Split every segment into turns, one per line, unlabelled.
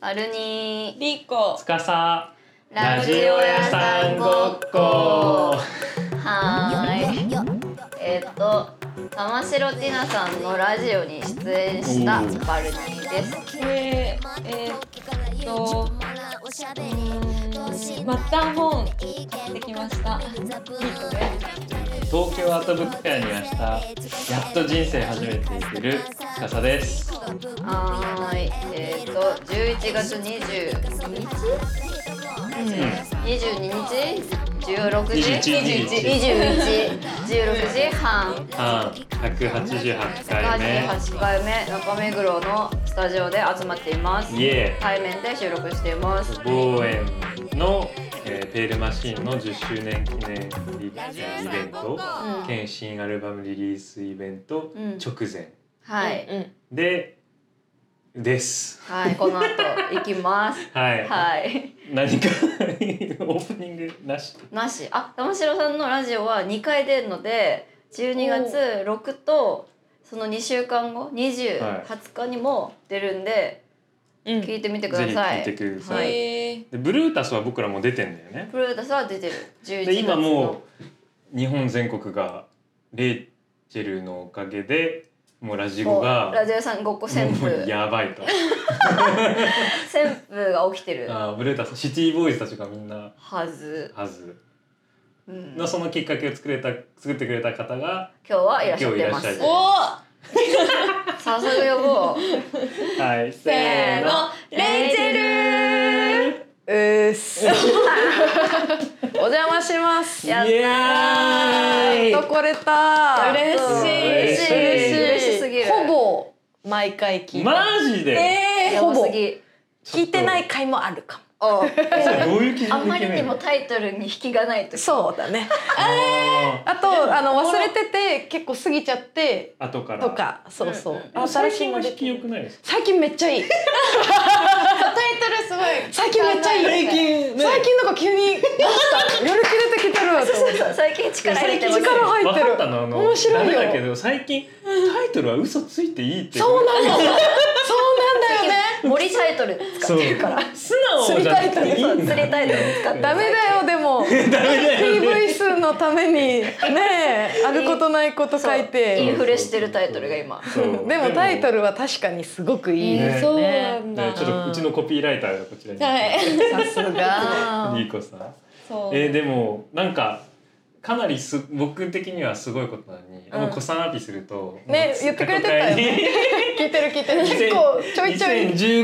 アルニ
リコ
つかさ
ーラジオ屋さんごっこはーいえっ、と玉城ティナさんのラジオに出演したバルニーです
これえー、っとうーんマッターホーンできましたリコで
東京アートブックフェアにはしたやっと人生初めていけるつかさです
はーいえっ、と11月22日22日16時
21
21 16時半
あ188回目
188回目中目黒のスタジオで集まっています
イエ
対面で収録しています
ー望遠の、えーペールマシーンの10周年記念イベント
うん
検診アルバムリリースイベント
うん
直前
はい、
うん
でです
はい、この後行きます。
はい、
はい、
何か オープニングなし
なし、あ、玉城さんのラジオは2回出るので、12月6と。その2週間後、20、
はい
20日にも出るんで、
うん
聞いてみて
ぜ
く
ひ
ださ
聞
い。
いてください、
はい
えー
でブルータスは僕らも出てんだよね
プルータスは出てる。11
で
月
今
の
もう日本全国がレイチェルのおかげでもうラジ
も
オ
う
が
ラジオさんごっこ旋
もう
風、
やばいと
旋風が起きてる
あーブルータスシティボーイズたちがみんな
はず。
はず
うん、
の
今
そのきっかけを作れた作ってくれた方が
日はいらっしゃって
今
ま
日いらっ
す
しゃ。
早
お
速呼ぼう。
はい
せーのレイチェルうっすお邪魔します
イ
やったー
エーイ
とこれた
嬉
嬉し
し
い
い
嬉しすぎる。
ほぼ毎回聞いて、
マジで
え
やばすぎ。
聞いてない回もあるかも
おう
どういう基準で決めるの
あんまりにもタイトルに引きがないと。
そうだね
あ
あとあの忘れてて結構過ぎちゃって
ー後から
とかそうそう、
うんうん
あ最近は引き
て
良くないですか
最近めっちゃいい
タイトルすごい
最近めっちゃいい
最近
最近なんか急にやる気出てきてるわと思って
最近力入れ
最
てま
近
すよ。
力入っ
分
てる
かったのあの
面白いよ
ダメだけど最近タイトルは嘘ついていいって
そうなのそうなんだよね
森タイトル使ってるから。
素直じゃなくていい
そ
ん
う
だ
釣りタイトル使ってる。
ダメだよでも PV 数のためにねえあることないこと書いて
そうインフレしてるタイトルが今
そう
でもタイト
ル
ルは確かにすごくいい
ね
ね。
そうなんだ、
ねちょっとうちのコピーライターがこちらに
はい
さすが。
リーコさん
そう
えーでもなんかかなりす僕的にはすごいことなのに、
うん
もう子さんアピすると
ね
もう
言ってくれてたよね聞いてる聞い てる。
過去回に
結構ちょいちょい。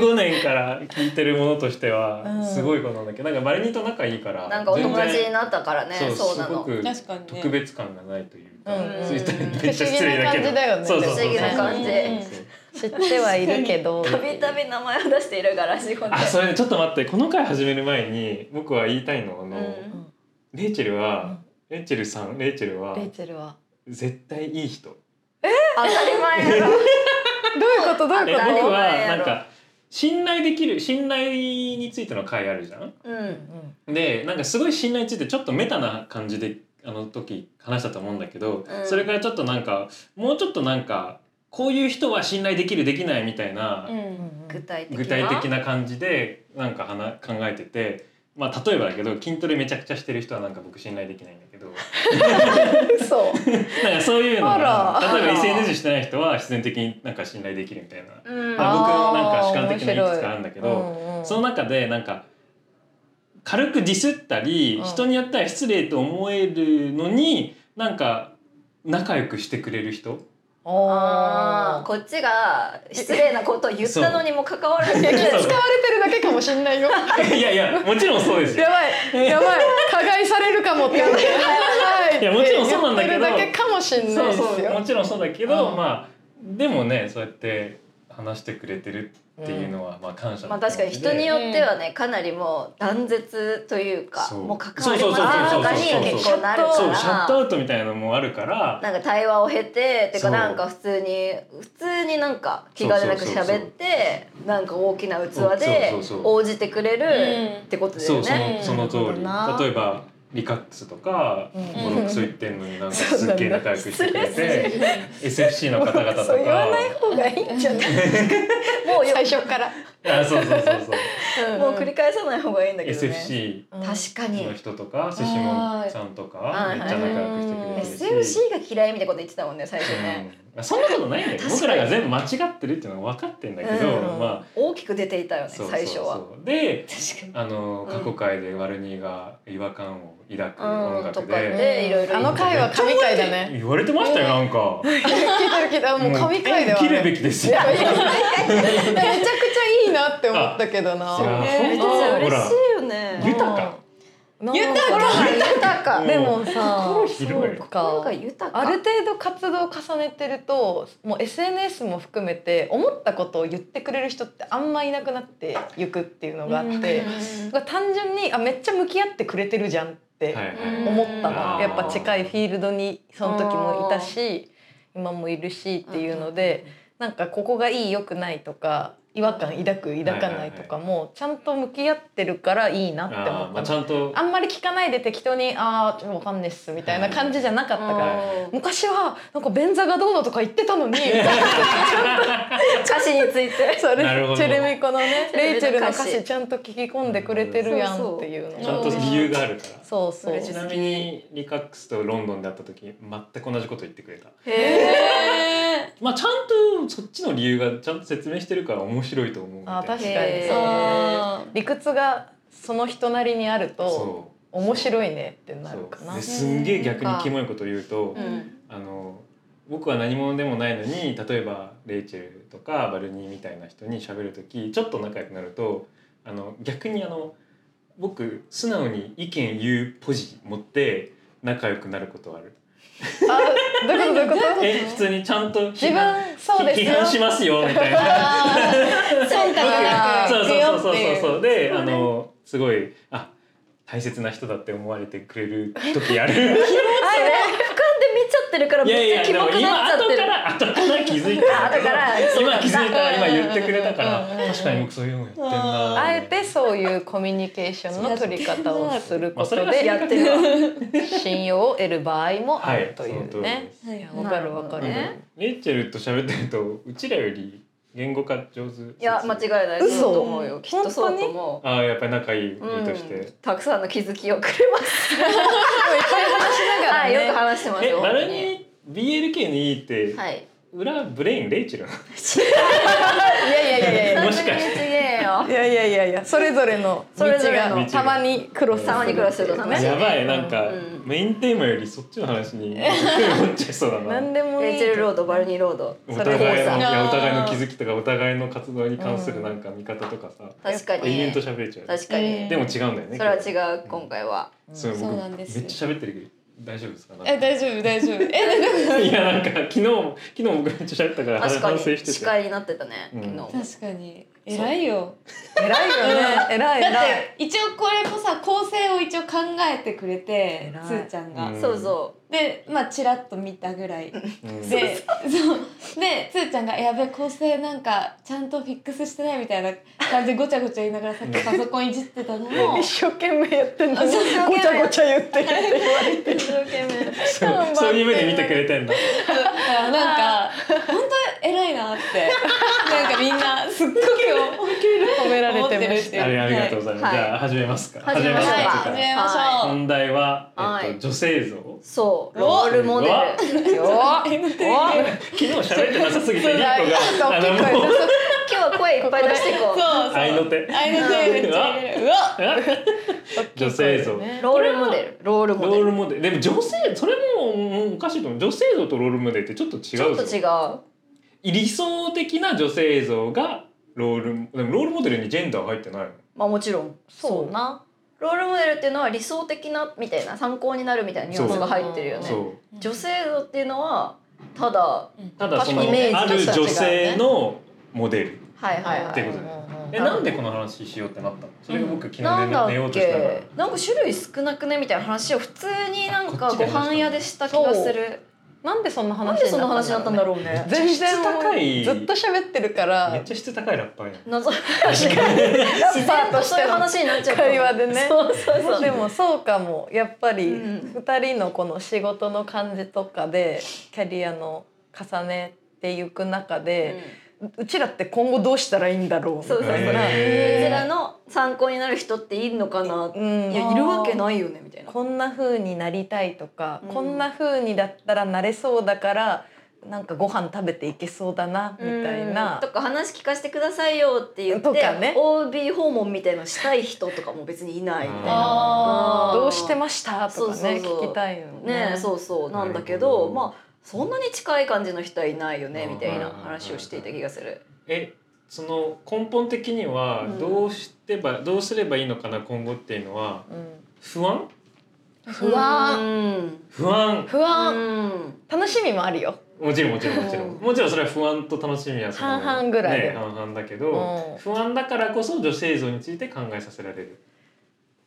2015年から聞いてるものとして
う
は
ん
すごいことなんだけど、なんかバレニーと仲いいから
なんかお友達に
全
なったからね。
然
そう
す
な
ご
の。
く
確かにね
特別感がないというか、
うん
そう言ったら
うん
めっちゃ失礼だけど
不思議な感じだよね
そうそうそう
不思議な感じ
そう
知ってはいるけ ど。
たびたび名前を出しているから仕事で
あ。それちょっと待ってこの回始める前に僕は言いたいのあ
う
の、
ん。
レイチェルは、レイチェルさんレイチェルは
レイチェルは。
絶対いい人
当たり前やろ。
どういうことどう
え
いうこ
誰
僕
も
は
ないやろ
なんか信頼できる信頼についての回あるじゃん
うん。
でなんかすごい信頼についてちょっとメタな感じであの時話したと思うんだけど、
うん
それからちょっとなんかもうちょっとなんかこういう人は信頼できるできないみたいな
う
と？
ん
具体的な。
具体的な感じでなんか話考えてて、まあ、例えばだけど筋トレめちゃくちゃしてる人はなんか僕信頼できないんだけ ど
嘘。
なんかそういうのが
あら
例えば
あら
SNS してない人は必然的になんか信頼できるみたいな、
うん。
まあ、僕のなんか
あー
主観的ないくつかあるんだけど。
うんうん
その中でなんか軽くディスったり
うん
人にやったら失礼と思えるのになんか仲良くしてくれる人
あー
あー。
こっちが失礼なことを言ったのにもかかわらず
そう
使われてるだけかもしんないよ。
いやいやもちろんそうですよ
やばいやばい加害されるかもって。やばい。
いやもちろんそうなんだけど
言ってるだけかもしんない
そう
です
そうも
よ。
ちろんそうだけど、
うん
まあでもねそうやって話してくれてるっていうのは、まあ感謝
まあ確かに人に
よ
よってはねかなりもう断絶というか
そう
もう関わり
そうそうそう
まがに
そうそうそう
結構なるか
そうシャットア
ら
ウトみたいなのもあるから
なんか対話を経てて
そ
か
う
なんか普通に普通になんか気兼ねなく
そうそうそうそう
喋ってなんか大きな器で
そうそうそうそう
応じてくれるってことだ
そ
よ
うそ
ね。
のその通
なるほどな
り例えばリカックスとか
うん
ボロクソ言ってんのになんかすっげえ仲良くしてくれ
そうなん
て SFC の方々とか
そう言わない方がいいんじゃない。
もうよ
最初から。
あそうそうそうそう
繰り返さない方がいいんだけどね。
SFC
確かに
の。人とか寿司もんさんとか
はい
めっちゃ仲良くしてくれるし、
SFC が嫌いみたいなこと言ってたもんね最初ね。
うん、そんなことないんだよ
確かに
僕らが全部間違ってるっていうのは分かってんだけど、
うん
まあ
大きく出ていたよね
そうそうそ
最
う
初は。
で
確
あの過去回でワルニーが違和感を抱く音
うんと
楽
か
で、
でいろいろ。
あの回は神回だね。
言われてましたよなんか。
聞いた聞いたもう神回だよ。
切る
あ
べ
れ
きですよ。
めちゃくちゃいいなって思ったけど
いや
な。
めっちゃ
ほ
嬉
ら
しいよね。
ゆ
豊か。
言ったから
豊か。
でもさ、
心広い
そう
心
か
が。豊か。
ある程度活動を重ねてるともう SNS も含めて思ったことを言ってくれる人ってあんまいなくなってゆくっていうのがあって、
うん
だから単純にあめっちゃ向き合ってくれてるじゃんって
はいはい
思ったの、
うん
やっぱ近いフィールドにその時もいたし今もいるしっていうので、なんかここがいい良くないとか違和感抱く抱かないとかもちゃんと向き合ってるからいいなって思
あーまあ
っ
ち
たの
ゃんと
あんまり聞かないで適当に「ああちょっとわかんないっす」みたいな感じじゃなかったから。
うん
昔はなんか便座がどうのとか言ってたのに
歌詞について。
そう
なる ほど
チェレミコのね
レ
レイチェルの歌
レイチェルの歌
詞
詞
ちゃんと聞き込んでくれてるやんっていうの
ちゃん
が
と理由があるから。
そうそう
嬉し
ち
い
なみにリカックスとロンドンで会った時全く同じこと言ってくれた。
へ
まあちゃんとそっちの理由がちゃんと説明してるから面白いと思うみたいな。
あー確かに
へー
あー理屈がその人なりにあると
そう
面白いねってなるか
そう
な
ですんげえ逆にキモいこと言うと、
うん
あの僕は何者でもないのに例えばレイチェルとかバルニーみたいな人に喋る時ちょっと仲良くなるとあの逆にあの僕素直に意見言うポジ持って仲良くなることある。
あどういうことどういうこと
え普通にちゃんと
自分そうです
批
よ
判しますよみたいな。
そうか
そうそうそうそうそう
う
そうであのすごいあ大切な人だって思われてくれる時ある
それ俯瞰で見ちゃってるから
いやい
めっち
や
ゃキ
で
モ
も
くな
今
っちゃって
後
る
か。ら後から気づいたんだけ
後
ど
からそう
今気づいた
うんうんうん
今言ってくれたから
うんうんうん
確かに僕そういうのやってんな
あえてそういうコミュニケーションの取り方をする
ま
こ
あ
と
それが
でや
やっ
ってて
る
る
わ
信用を得る場合もあ
は
る
い
と
そ
い
の通
う
り
ね
で。す
いや
わかるわかる
うんレイチェルと喋ってるとうちらより言語化上手
いや間違いない
嘘
そうと思うよきっとそうだと思、
ああやっぱり仲いいう
うん
身として
たくさんの気づきをくれます
いっぱい話しな
はいよく話してます
え
よ
バ
本当
ル
に
ニー BLK の E って
はい
裏ブレインレイチェルなの
いやいやいやいや。
もしかして
てねえよ
いやいやいやいや、それぞれの
そ
道
れぞれ
が
の
たまにクロスする。
たまにクロスするとね
やばいなんか、
うん
メインテーマよりそっちの話 に持っちゃいそうだ
な
な。
んでもいい。
レイチェルロードバルニーロード
お
それ
互
で
いの
さ
いやお互いの気づきとかお互いの活動に関するなんか見方とかさ、
確かに
延々と喋れちゃう。
確か
う
に
ん
でも違うんだよね。
それは違う今回は
そう
そ
僕
うなんですよ
めっちゃ喋ってるけど大丈夫ですか。
え大丈夫大丈夫えでも
いやなんか 昨日も昨日僕めっちゃ喋ったから
確か
反
に
省してて。
司会になってたね
うん
昨日
確かに偉いよ
偉いよね。偉い
だっ
偉い。
て一応これもさ構成を一応考えてくれ
偉
て
い
つーちゃんが、
うん
そうそ
でまあチラッと見たぐらい
うん
でそうでつーちゃんが「やべ構成なんかちゃんとフィックスしてない」みたいな感じでごちゃごちゃ言いながらさっきパソコンいじってたのも
一生懸命やってんのに。
そうそう
ごちゃごちゃ言ってる。
う一生懸命
そう そういう目で見てくれてんだ。
だからなんか本当偉いなってなんかみんなすっごく
褒められ
思ってて
ま
るっ
してた。
あれありがとうございます。
はい
じゃあ始めますか。
始めましょう
はい
か
始
始
めま
めましょう、
本題は、えっ
はい
と、女性像。
そうロールモデルよー
昨日喋ってなさすぎてリコ
大きい
があのもう
声出
今日は声いっぱい出していこ
そうそう
愛の手
愛の手めっちゃ入れるうわ
す
女性像
うロールモデルロールモ
ロ
デ
ー
ル
ルモデルでも女性それもうんおかしいと思う女性像とロールモデルってちょっと違う
ちょっと
ぞ
違う
理想的な女性像がロールでもロールモデルにジェンダー入ってないの
まあもちろん
そうな。
ロールモデルっていうのは理想的なみたいな参考になるみたいなニュアンスが入ってるよね
そう
女性像っていうのはただは
ただその
イメ
あ
ージと
る
しては違うね
女性のモデル
いはいは
っていう
い
ことだよ
うん
えなんでこの話しようってなったのそれが僕昨日
な
寝
ん
よ
だ
寝よ
っ
うとした
けなんか種類少なくねみたいな話を普通になん
あ
か
こっちで
ご
話した
飯屋でした気がする
なんでそんな
なん
話
で
に
そんな話になったんだ
う
ろうね
ね。全然
質高い
ずっと喋ってるから
め
ら
っちゃ質高いラッパーやん
謎
確かに
ラッパーとし
そう
て
いう
の
話になっちゃうかも
会話でね
そうそうそう
でもそうかもやっぱ
う
り
ん
2人のこの仕事の感じとかでキャリアの重ねていく中で、うちらって今後どうしたらいいんだろうみ
そうそうそう
たいな
へ
こ
ー
ちらの参考になる人っているのかな、
うん
いやいるわけないよねみたいな
こんな風になりたいとか、
うん
こんな風にだったらなれそうだからなんかご飯食べていけそうだなみたい
うん
な
とか話聞かせてくださいよって言って、
とかね
OB 訪問みたいのしたい人とかも別にいないみたいな。
あ
ー
どうしてましたとか
そうそう
ね
そう
聞きたいの
ね
う
そうそうなんだけ
なるほ
ど
ど
まあそんなに近い感じの人はいないよね
うん
みたいな話をしていた気がする。
えその根本的には
うん
どうしてば、どうすればいいのかな今後っていうのは
ん
不安
不安
うん
不安
不
う
安
ん
楽しみもあるよ
もちろんもちろんもちろんもちろんそれは不安と楽しみはその
半々ぐらいで
ね、半々だけど、
うん
不安だからこそ女性像について考えさせられる。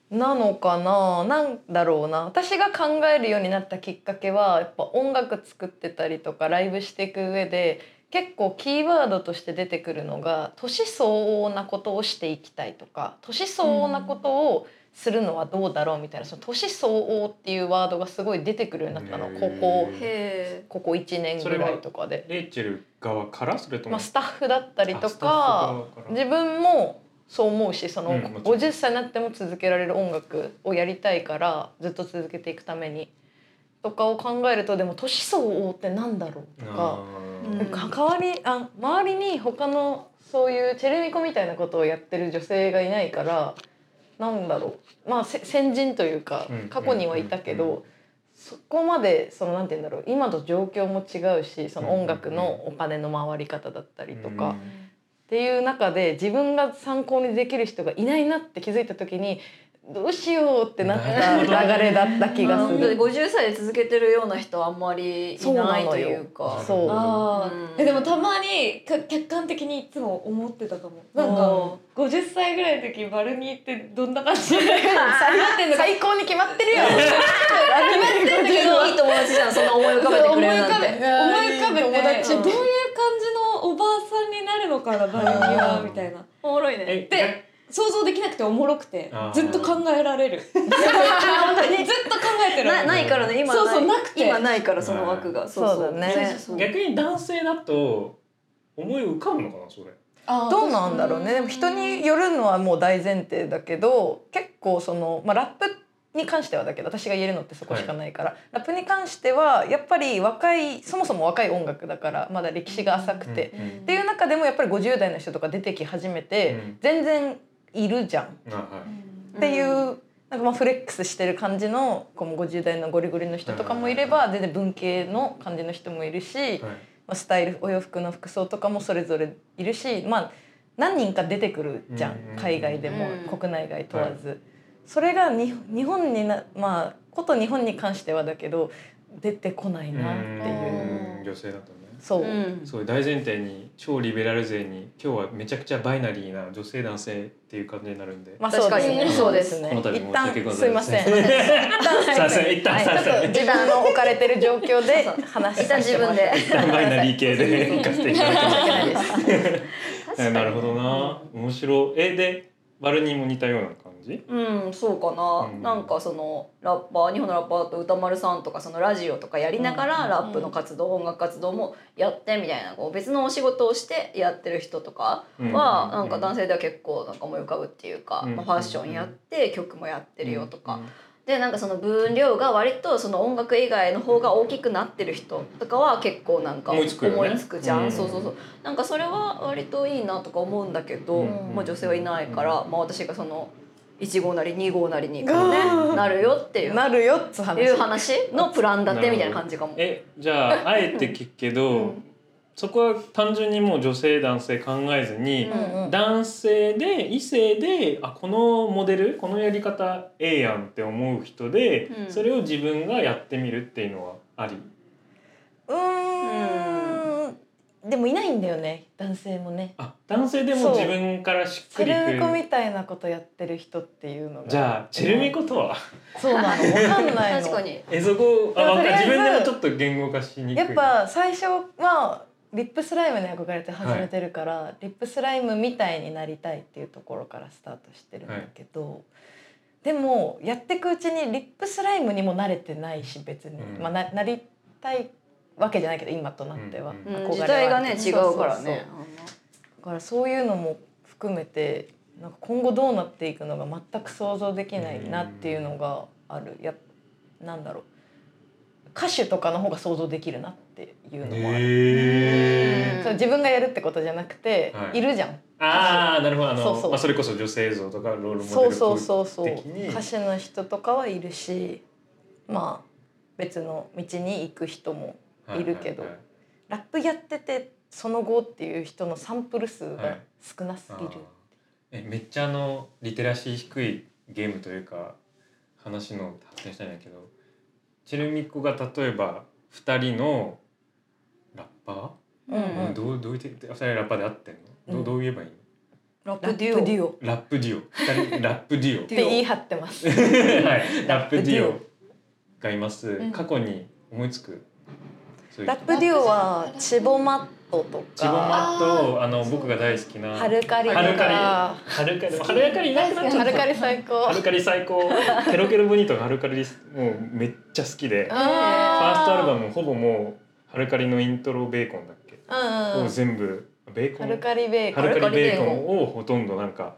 なのかななんだろうな私が考えるようになったきっかけはやっぱ音楽作ってたりとかライブしていく上で結構キーワードとして出てくるのが年相応なことをしていきたいとか年相応なことをするのはどうだろうみたいなその年相応っていうワードがすごい出てくるようになったの
へ
こ
ー
こ
へ
ここ1年ぐらいとかで。
レイチェル側からそれとも、
まあ、スタッフだったりと
あスタッ
か
フ側から
自分もそう思うしその、
うんもちろん
50歳になっても続けられる音楽をやりたいからずっと続けていくためにとかを考えるとでも年相応ってなんだろうとか、
あ
うん
ー
か代わりあ周りに他のそういうチェルミコみたいなことをやってる女性がいないからなんだろうまあせ先人というか
うん
過去にはいたけど。
うんうん
そこまでそのなんて言うんだろう今と状況も違うしその音楽のお金の回り方だったりとか、
う
っ
ん
ていう中で自分が参考にできる人がいないなって気づいた時にどうしようってなった流れだった
え。
気
な
が
ん
す
で
る。
50歳で続けてるような人はあんまりいないというか。
そう
あー
うん
えでもたまにか客観的にいつも思ってたかもなんか50歳ぐらいの時バルニーってどんな感じでなってんのか
最高に決まってる よ。
だけど いい友達じゃんそんな思い浮かべて
思
く
い
れるな
浮か
ん
べ
て。
思い浮かべて
友達
どういう感じのおばあさんになるのかなバルニーはみたいな
おもろいね。
え
で想像できなくておもろくて
あー
ずっと考えら れる本当にずっと考えてる
なないからね今
そうそう
ない
なくて
今ないからその枠が、
そうだね
そう
逆に男性だと思い浮かぶのかなそれ。
あー
どうなんだろうね。でも人によるのはもう大前提だけど、結構そのまあラップに関してはだけど、私が言えるのってそこしかないから、ラップに関してはやっぱり若いそもそも若い音楽だからまだ歴史が浅くて、
うんうん
っていう中でもやっぱり50代の人とか出てき始めて、
うん
全然いるじゃんっ
あは
ていう、なんかまあフレックスしてる感じのこう50代のゴリゴリの人とかもいれば、全然文系の感じの人もいるし、
いはい
まあ、スタイルお洋服の服装とかもそれぞれいるし、まあ、何人か出てくるじゃん、
うん
海外でも、
うん
国内外問わず。それがに日本になまあこと日本に関してはだけど出てこないなっていう、
うん女性だとね。
そう、
うん
そういう大前提に超リベラル勢に今日はめちゃくちゃバイナリーな女性男性っていう感じになるんで。
まあ
確
そう
か
で
に
すね。
そうです
ね
この度
一
申し
旦
訳ご
す
ざ
い
いま
ませ
せん
ん。一 旦
すいません一旦
はい
すいません
ちょっと自分の置かれてる状況で
そうそう
話
一
さ
旦
せ
自
てもら
分で
って。
バイナリー系で行かせていた だきま
申し訳ない
し
です
た。なるほどな。面白い。えでバルニーも似たような感じ？
うんそうかな、
うん
なんかそのラッパー日本のラッパーだと歌丸さんとかそのラジオとかやりながらラップの活動、音楽活動もやってみたいなこう別のお仕事をしてやってる人とかは、
うん
なんか男性では結構なんか思い浮かぶっていうか、
うん
まあ、ファッションやって曲もやってるよとか、
うん。
でなんかその分量が割とその音楽以外の方が大きくなってる人とかは結構なんか
思いつくよね
思いつくじゃん、
うん
そうそうそうなんかそれは割といいなとか思うんだけど、
うん
まあ、女性はいないから、まあ、私がその1号なり2号なりにこ
が
うねなるよっていう
なるよっつう話。
いう話のプラン立てみたいな感じかも。
えじゃああえて聞くけど、そこは単純にもう女性男性考えずに
う、んうん
男性で異性であこのモデルこのやり方ええやんって思う人で、
うん
それを自分がやってみるっていうのはあり。
うーん。でもいないんだよね男性もね。
あ男性でも自分からしっ
チ
くり
ェルミコ
くる。
みたいなことやってる人っていうのが。
じゃあチェルミコとは、
そうなの。わかんないの。
確かに、
えそこあ
でも
わか
とりあ
る
え
自
ず
分でもちょっと言語化しにくい。
やっぱ最初はリップスライムに憧れて始めてるから、リップスライムみたいになりたいっていうところからスタートしてるんだけど、でもやってくうちにリップスライムにも慣れてないし別に、
うん
まあ、ななりたいわけじゃないけど今となっては、
うん
うん
憧れはある
時代がね違うから
そうそうそう
ね。
だからそういうのも含めてなんか今後どうなっていくのが全く想像できないなっていうのがあるやなんだろう歌手とかの方が想像できるなっていうのもある、
へ
ー
そう自分がやるってことじゃなくて、
はい
い、るじゃん
ああなるほどあの
そうそう
まあ、それこそ女性像とかロールモデル
そうそうそうそう
的に
歌手の人とかはいるしまあ別の道に行く人もいるけど
はいはい
ラップやっててその後っていう人のサンプル数
は
が
い
少なす
はい
ぎる、
あーえめっちゃあのリテラシー低いゲームというか話の発展したいんだけどチェルミコが例えば2人のラッパ
うんうん
ー、どうどう言って2人ラッパーで合ってんの、
うん
どうどう言えばいいの
ラッ
プデュオ
オっ
ラップデュオ二人ラップデュオ
て言い張ってます
はい、ラップデュ
ラップ
オがいます、
ん
過去に思いつくそういう
ラップデュオはチボマットと
チボ
か
マとあの僕が大好きな
ハルカリと
ハルカリ
か
ハルカリハルカリいなくなっちゃ
ハ
っ
ル
た
カリ最高
ハルカリ最高ケロケロボニートがハルカリですもうめっちゃ好きでファーストアルバムほぼもうハルカリのイントロベーコンだっけ、
うんうん
を全部ベーコ
ハ
ン
ルカリベーコン
ハルカリベーコンをほとんでもなんか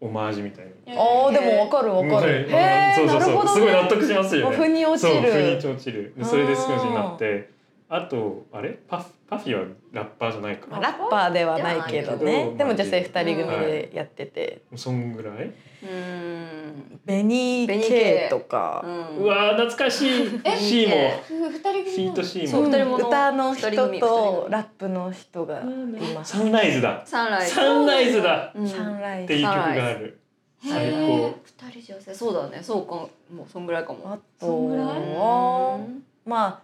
オマージュみたいな。
あーでもわかるわかる
うん
へえ
そうそ
なる
うそ
ほ
う、
ど
すごい納
ね
得しますよね。
腑に落ちる
そう腑に落ちる。でそれで少しになって、あとあれパフパフィーはラッパーじゃない
まあ
か。
ラッパーではないけど
ではないけ
ね
ど
でも女性二人組でやってて
そんぐらい。
うん紅
紅
系
系とか
うん
うわー懐かしい。シーも
ふ二人組
シートシー
そう
も
二人もの
歌の人
二人組二人
と
組
ラップの人がいます
サンライズだ。
サンライズ
サンライズだ
うん
サンライ
っていう
ズ
曲がある。最
へー
高。
二人女性そうだねそうかもうそんぐらいかも
あと
そんぐらい
はまあ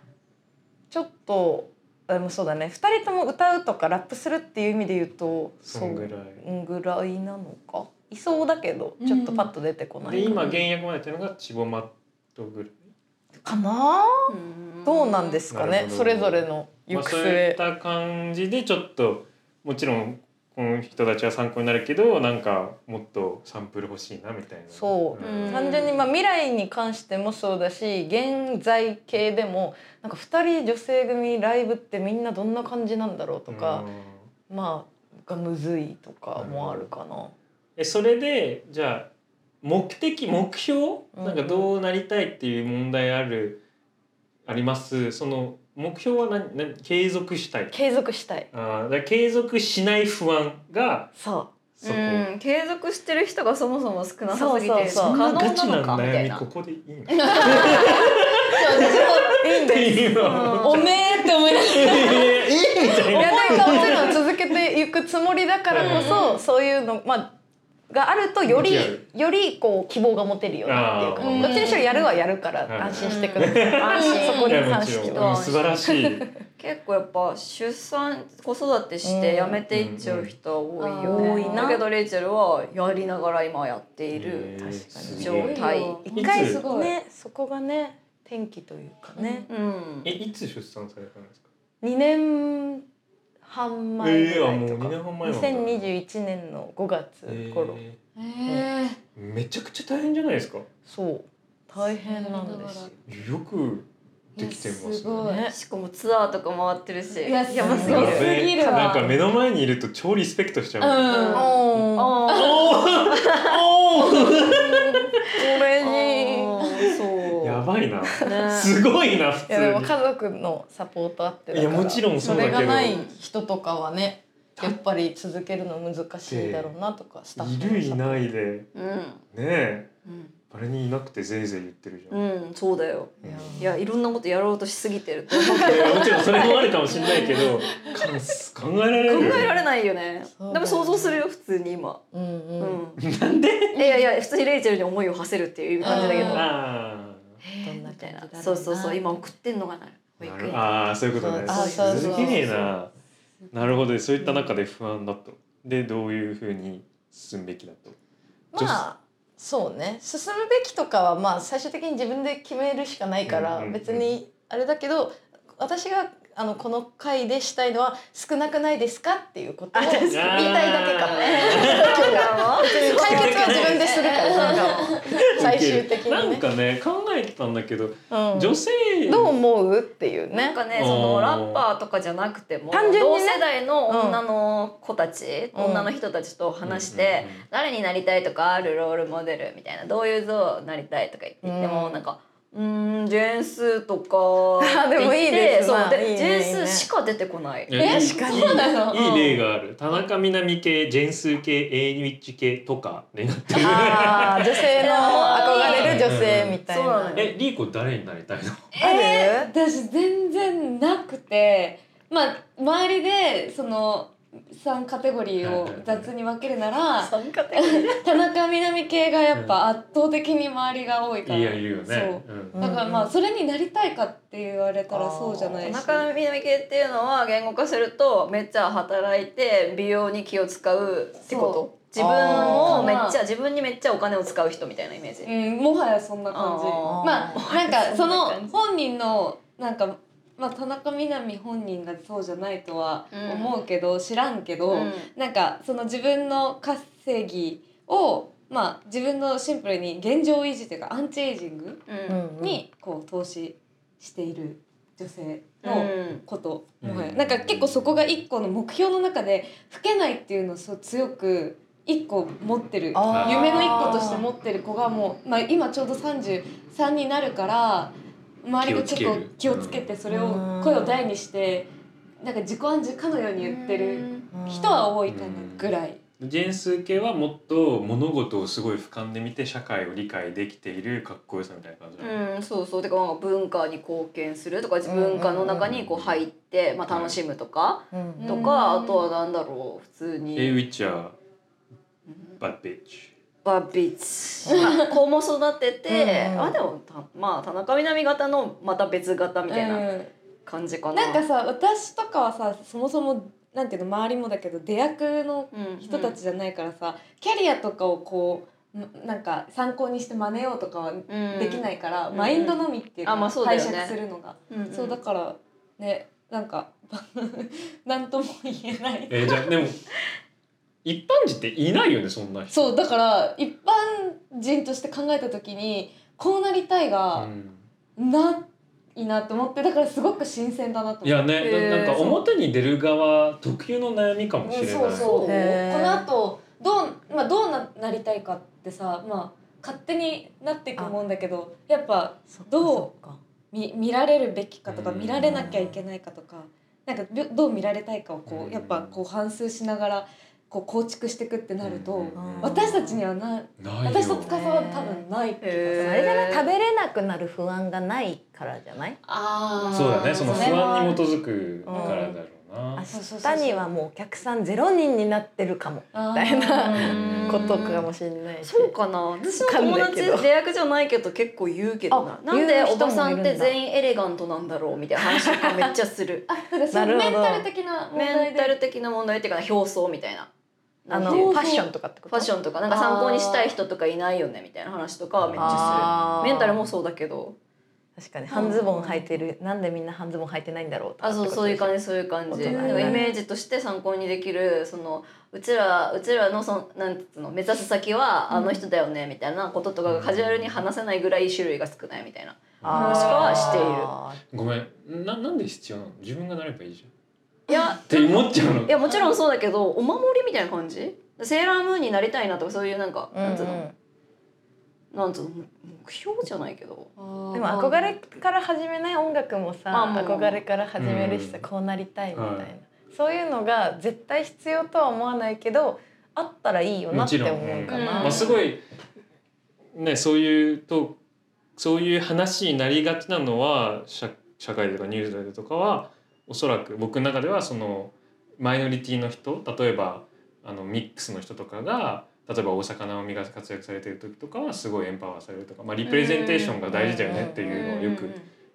ちょっとでもそうだね二人とも歌うとかラップするっていう意味で言うと
そんぐら
そ
い。
んぐらいなのかいそうだけど
うん
ちょっとパッと出てこない
で
か
今
な、
現役までっていうのがチボマットぐらい。
かな
うん
どうなんですか
なる
ね
ほど
それぞれの行
まあ、
く
そういっ
末、
た感じでちょっともちろんこの人たちは参考になるけどなんかもっとサンプル欲しいなみたいな
そう
うん
単純にまあ未来に関してもそうだし現在系でもなんか二人女性組ライブってみんなどんな感じなんだろうとか、
うん
まあがむずいとかもあるかな。
えそれでじゃあ目的目標
うん
なんかどうなりたいっていう問題あるありますその目標は何何継続したい
継続したい
あーだから継続しない不安が
そ
そ
う
こ、
ん継続してる人がそもそも少なさすぎ
そう
て
そうそう
可能
ガチ
な
な
のかみたい
悩み
な
ここでいいのっ
ういいん
て
です
いうのは
おめえって思いながらい
ええみたいな
やでももちろん続けていくつもりだからこそ、そういうのまあがあるとより
向き合
よりこう希望が持てるよなっていう
あ
ー
かどっちにしろやるはやるか
はい
ら安心してください、
安心
そこ
い
に
やも
関
ちろん
して
は
うん素晴らしい。
結構やっぱ出産子育てして辞めていっちゃう人は多いよ
うんうん
ね、
うん
だけどレイチェルはやりながら今やってい
へ
る、
ー
確かに
すげ
状
え
態
一回
いつ
すごい
ねそこがね転機というかね、
うん
え、いつ出産されたんですか。
2年半前ぐらいとか、
えーあもう二年半前なんだ
2021年の5月頃、
え
えー
ーめちゃくちゃ大変じゃないですか。よ
そう大変なんですよ
くできてます
いやすご
ね。
い
ね
しかもツアーとか回ってるし
いや
やばすぎ
や
る
すごい
べえ
すぎるわ
なんか目の前にいると超リスペクトしちゃう。
うん
おー
あー
嬉しい
そう
やばいな。
ね
すごいな普
いやでも
通
家族のサポートあってだ
に。い
か
や
ら
もちろんそ
そう
だ
れ
けど。
がない人とかはねやっぱり続けるの難しいだろうなとかスタッ
い
フ
る
の
い
サポート
ないで
うん
ねえ。
うん
誰にいなくてぜいぜい言ってるじゃん。
うん、そうだよ
いや
いやいろんなことやろうとしすぎてるって
いやもちろんそれもあるかもしれないけど、かんす考えられる
考
よね。
えられないよね
そうだよ
でも想像するよ普通に今、
うん
う
うんん、
いやいや普通にレイチェルに思いを馳せるっていう感じだけど
うん
あ
どんな
みた
感
い
じだろう
な
な
そうそうそう今送ってんのがなる
あ。
保育
な
園
るああそういうことね。
そうそうそう
すげえな。なるほどそういった中で不安だと。でどういうふうに進むべきだと。
まあそうね進むべきとかはまあ最終的に自分で決めるしかないから、
うんうんうん
別にあれだけど私があのこの回でしたいのは少なくないですかっていうことを言いたいだけかも。
あ
解決は自分でするからその顔
受け
最終的
る
にね
なんかね考えてたんだけど
うん
女性
どう思うっていう
なん
ね
かね
うん
そのラッパーとかじゃなくても
単純に
同
ね
世代の女の子たち、
うん
女の人たちと話して、
うんうんうん
誰になりたいとかあるロールモデルみたいなどういう像になりたいとか言って言っても、
うん
なんか。うーん点数とか
あ でもいいです
そう
まあいいね
点
いい
数
ね
しか出てこない
いやいい
確かに
そうなの
いい例がある田中みな実系ジェンスー系エイニウィッチ系とかになってる
あー女性の憧れる女性みたい
そうな
な
の。よ
えリーコ誰になりたいの
ある
私全然なくてまあ周りでその3カテゴリーを雑に分けるなら
参加的
田中みな実系がやっぱ圧倒的に周りが多いから
いやいるよね
そ
うん
うだからまあそれになりたいかって言われたらそうじゃないし
田中みな実系っていうのは言語化するとめっちゃ働いて美容に気を使うってこと自分をめっちゃ自分にめっちゃお金を使う人みたいなイメージ、
うん、もはやそんな感じ
あー
まあなんかそ
そ
の
んな感じ
本人のなんか、まあ、田中みな実本人がそうじゃないとは思うけど、知らんけど、
うん
なんかその自分の稼ぎを、まあ、自分のシンプルに現状維持というかアンチエイジング
うん
にこう投資している女性
う
の
ん
こと、
うん
もはや
うん
なんか結構そこが一個の目標の中で老けないっていうのをそう強く一個持ってる。
あー
夢の一個として持ってる子がもう、まあ、今ちょうど33になるから周りが結構気
気
を
を
つ
つ
け
ける
てそれ
う
を
ん
声を大にしてなんか自己暗示かのように言ってる人は多いかなぐらい。
ジェンスー系はもっと物事をすごい俯瞰で見て社会を理解できているかっこよさみたいな感じだね
うん、そうそうてかなんか文化に貢献するとか文化の中にこう入って、まあ、楽しむとか、
うん
と
うん
かあとはなんだろう普通に、
エイウィッチャーバッビッチ
バビッチまあ子も育てて、
うん
あでもたまあ田中みな実型のまた別型みたいな
うん
感じかな。
なんかさ私とかはさそもそもなんていうの周りもだけど出役の
うん
人たちじゃないからさ、キャリアとかをこうんなんか参考にして真似ようとかはできないから、
うん
マインドのみっていうか、
あまあそうだ
解
よね
釈するのが。
うん
そうだからねなんか なんとも言えない
えーじゃあでも一般人っていないよねそんな人
そうだから一般人として考えた時にこうなりたいが
ん
ないなと思ってだからすごく新鮮だなと
い
思っ
や
て
ね、
へー
ななんか表に出る側特有の悩みかもし
う
れ
ん
ない、
そうそうこ
へー
の後どうまあどうななりたいかってさまあ勝手になっていくもんだけどやっぱど
うか
見見られるべきかとか
うん
見られなきゃいけないかとかなんかびょどう見られたいかをこ
うん
うやっぱこう反芻しながらこう構築していくってなると、
うん
うん
私たちにはな
ないよ
私と司は多分ない気がす
へ
る
ー
あれじゃない食べれなくなる不安がないからじゃない
あー
そうだねその不
れは
安に基づくからだろうな、
そうそう
明
そう
日にはもうお客さんゼロ人になってるかも
あー
みたいな
うん
ことかもしれないし
そうかな私の友
わかんない
達
けど
出役じゃないけど結構言うけどな
あ
なんで
言
お
う人
ば
もいるんだ
さんって全員エレガントなんだろうみたいな話とかめっちゃする
あだからそ
な
う
るほ
メ
ど
ンタル的な問題
メ
で
ンタル的な問題っていうか表層みたいなな
あ
ん
の
ていう
フ
フ
ァッションとかってこと
ァッションとかなんか参考にしたい人とかいないよねみたいな話とかはめっちゃす
あ
る
ー
メンタルもそうだけど
確かに半ズボン履いてるなんでみんな半ズボン履いてないんだろうとか
あそうそういう感じそういう感じ、
大人だ
なん
ね
かイメージとして参考にできるそのうちらうちらのそのなんつうの目指す先はあの人だよねみたいなこととかがカジュアルに話せないぐらい種類が少ないみたいな。
も
もしくはしている
ごめんななんで必要なの自分がなればいいじゃんっ
いや
て思っちゃうの
いやもちろんそうだけどお守りみたいな感じセーラームーンになりたいなとかそういうなんか、なんつうのなんつうの目標じゃないけど
あー
でも憧れから始めない音楽もさ
あもう
憧れから始めるしさ
うん
こうなりたいみたい
は
ないそういうのが絶対必要とは思わないけどあったらいいよな
も
って
ちろん
思うか
うん
な
まあ、すごいねそういうとそういう話になりがちなのは社社会とかニュースとかはおそらく僕の中ではそのマイノリティの人例えばあのミックスの人とかが例えば大阪なおみが活躍されてる時とかはすごいエンパワーされるとか、まあ、リプレゼンテーションが大事だよねっていうのはよく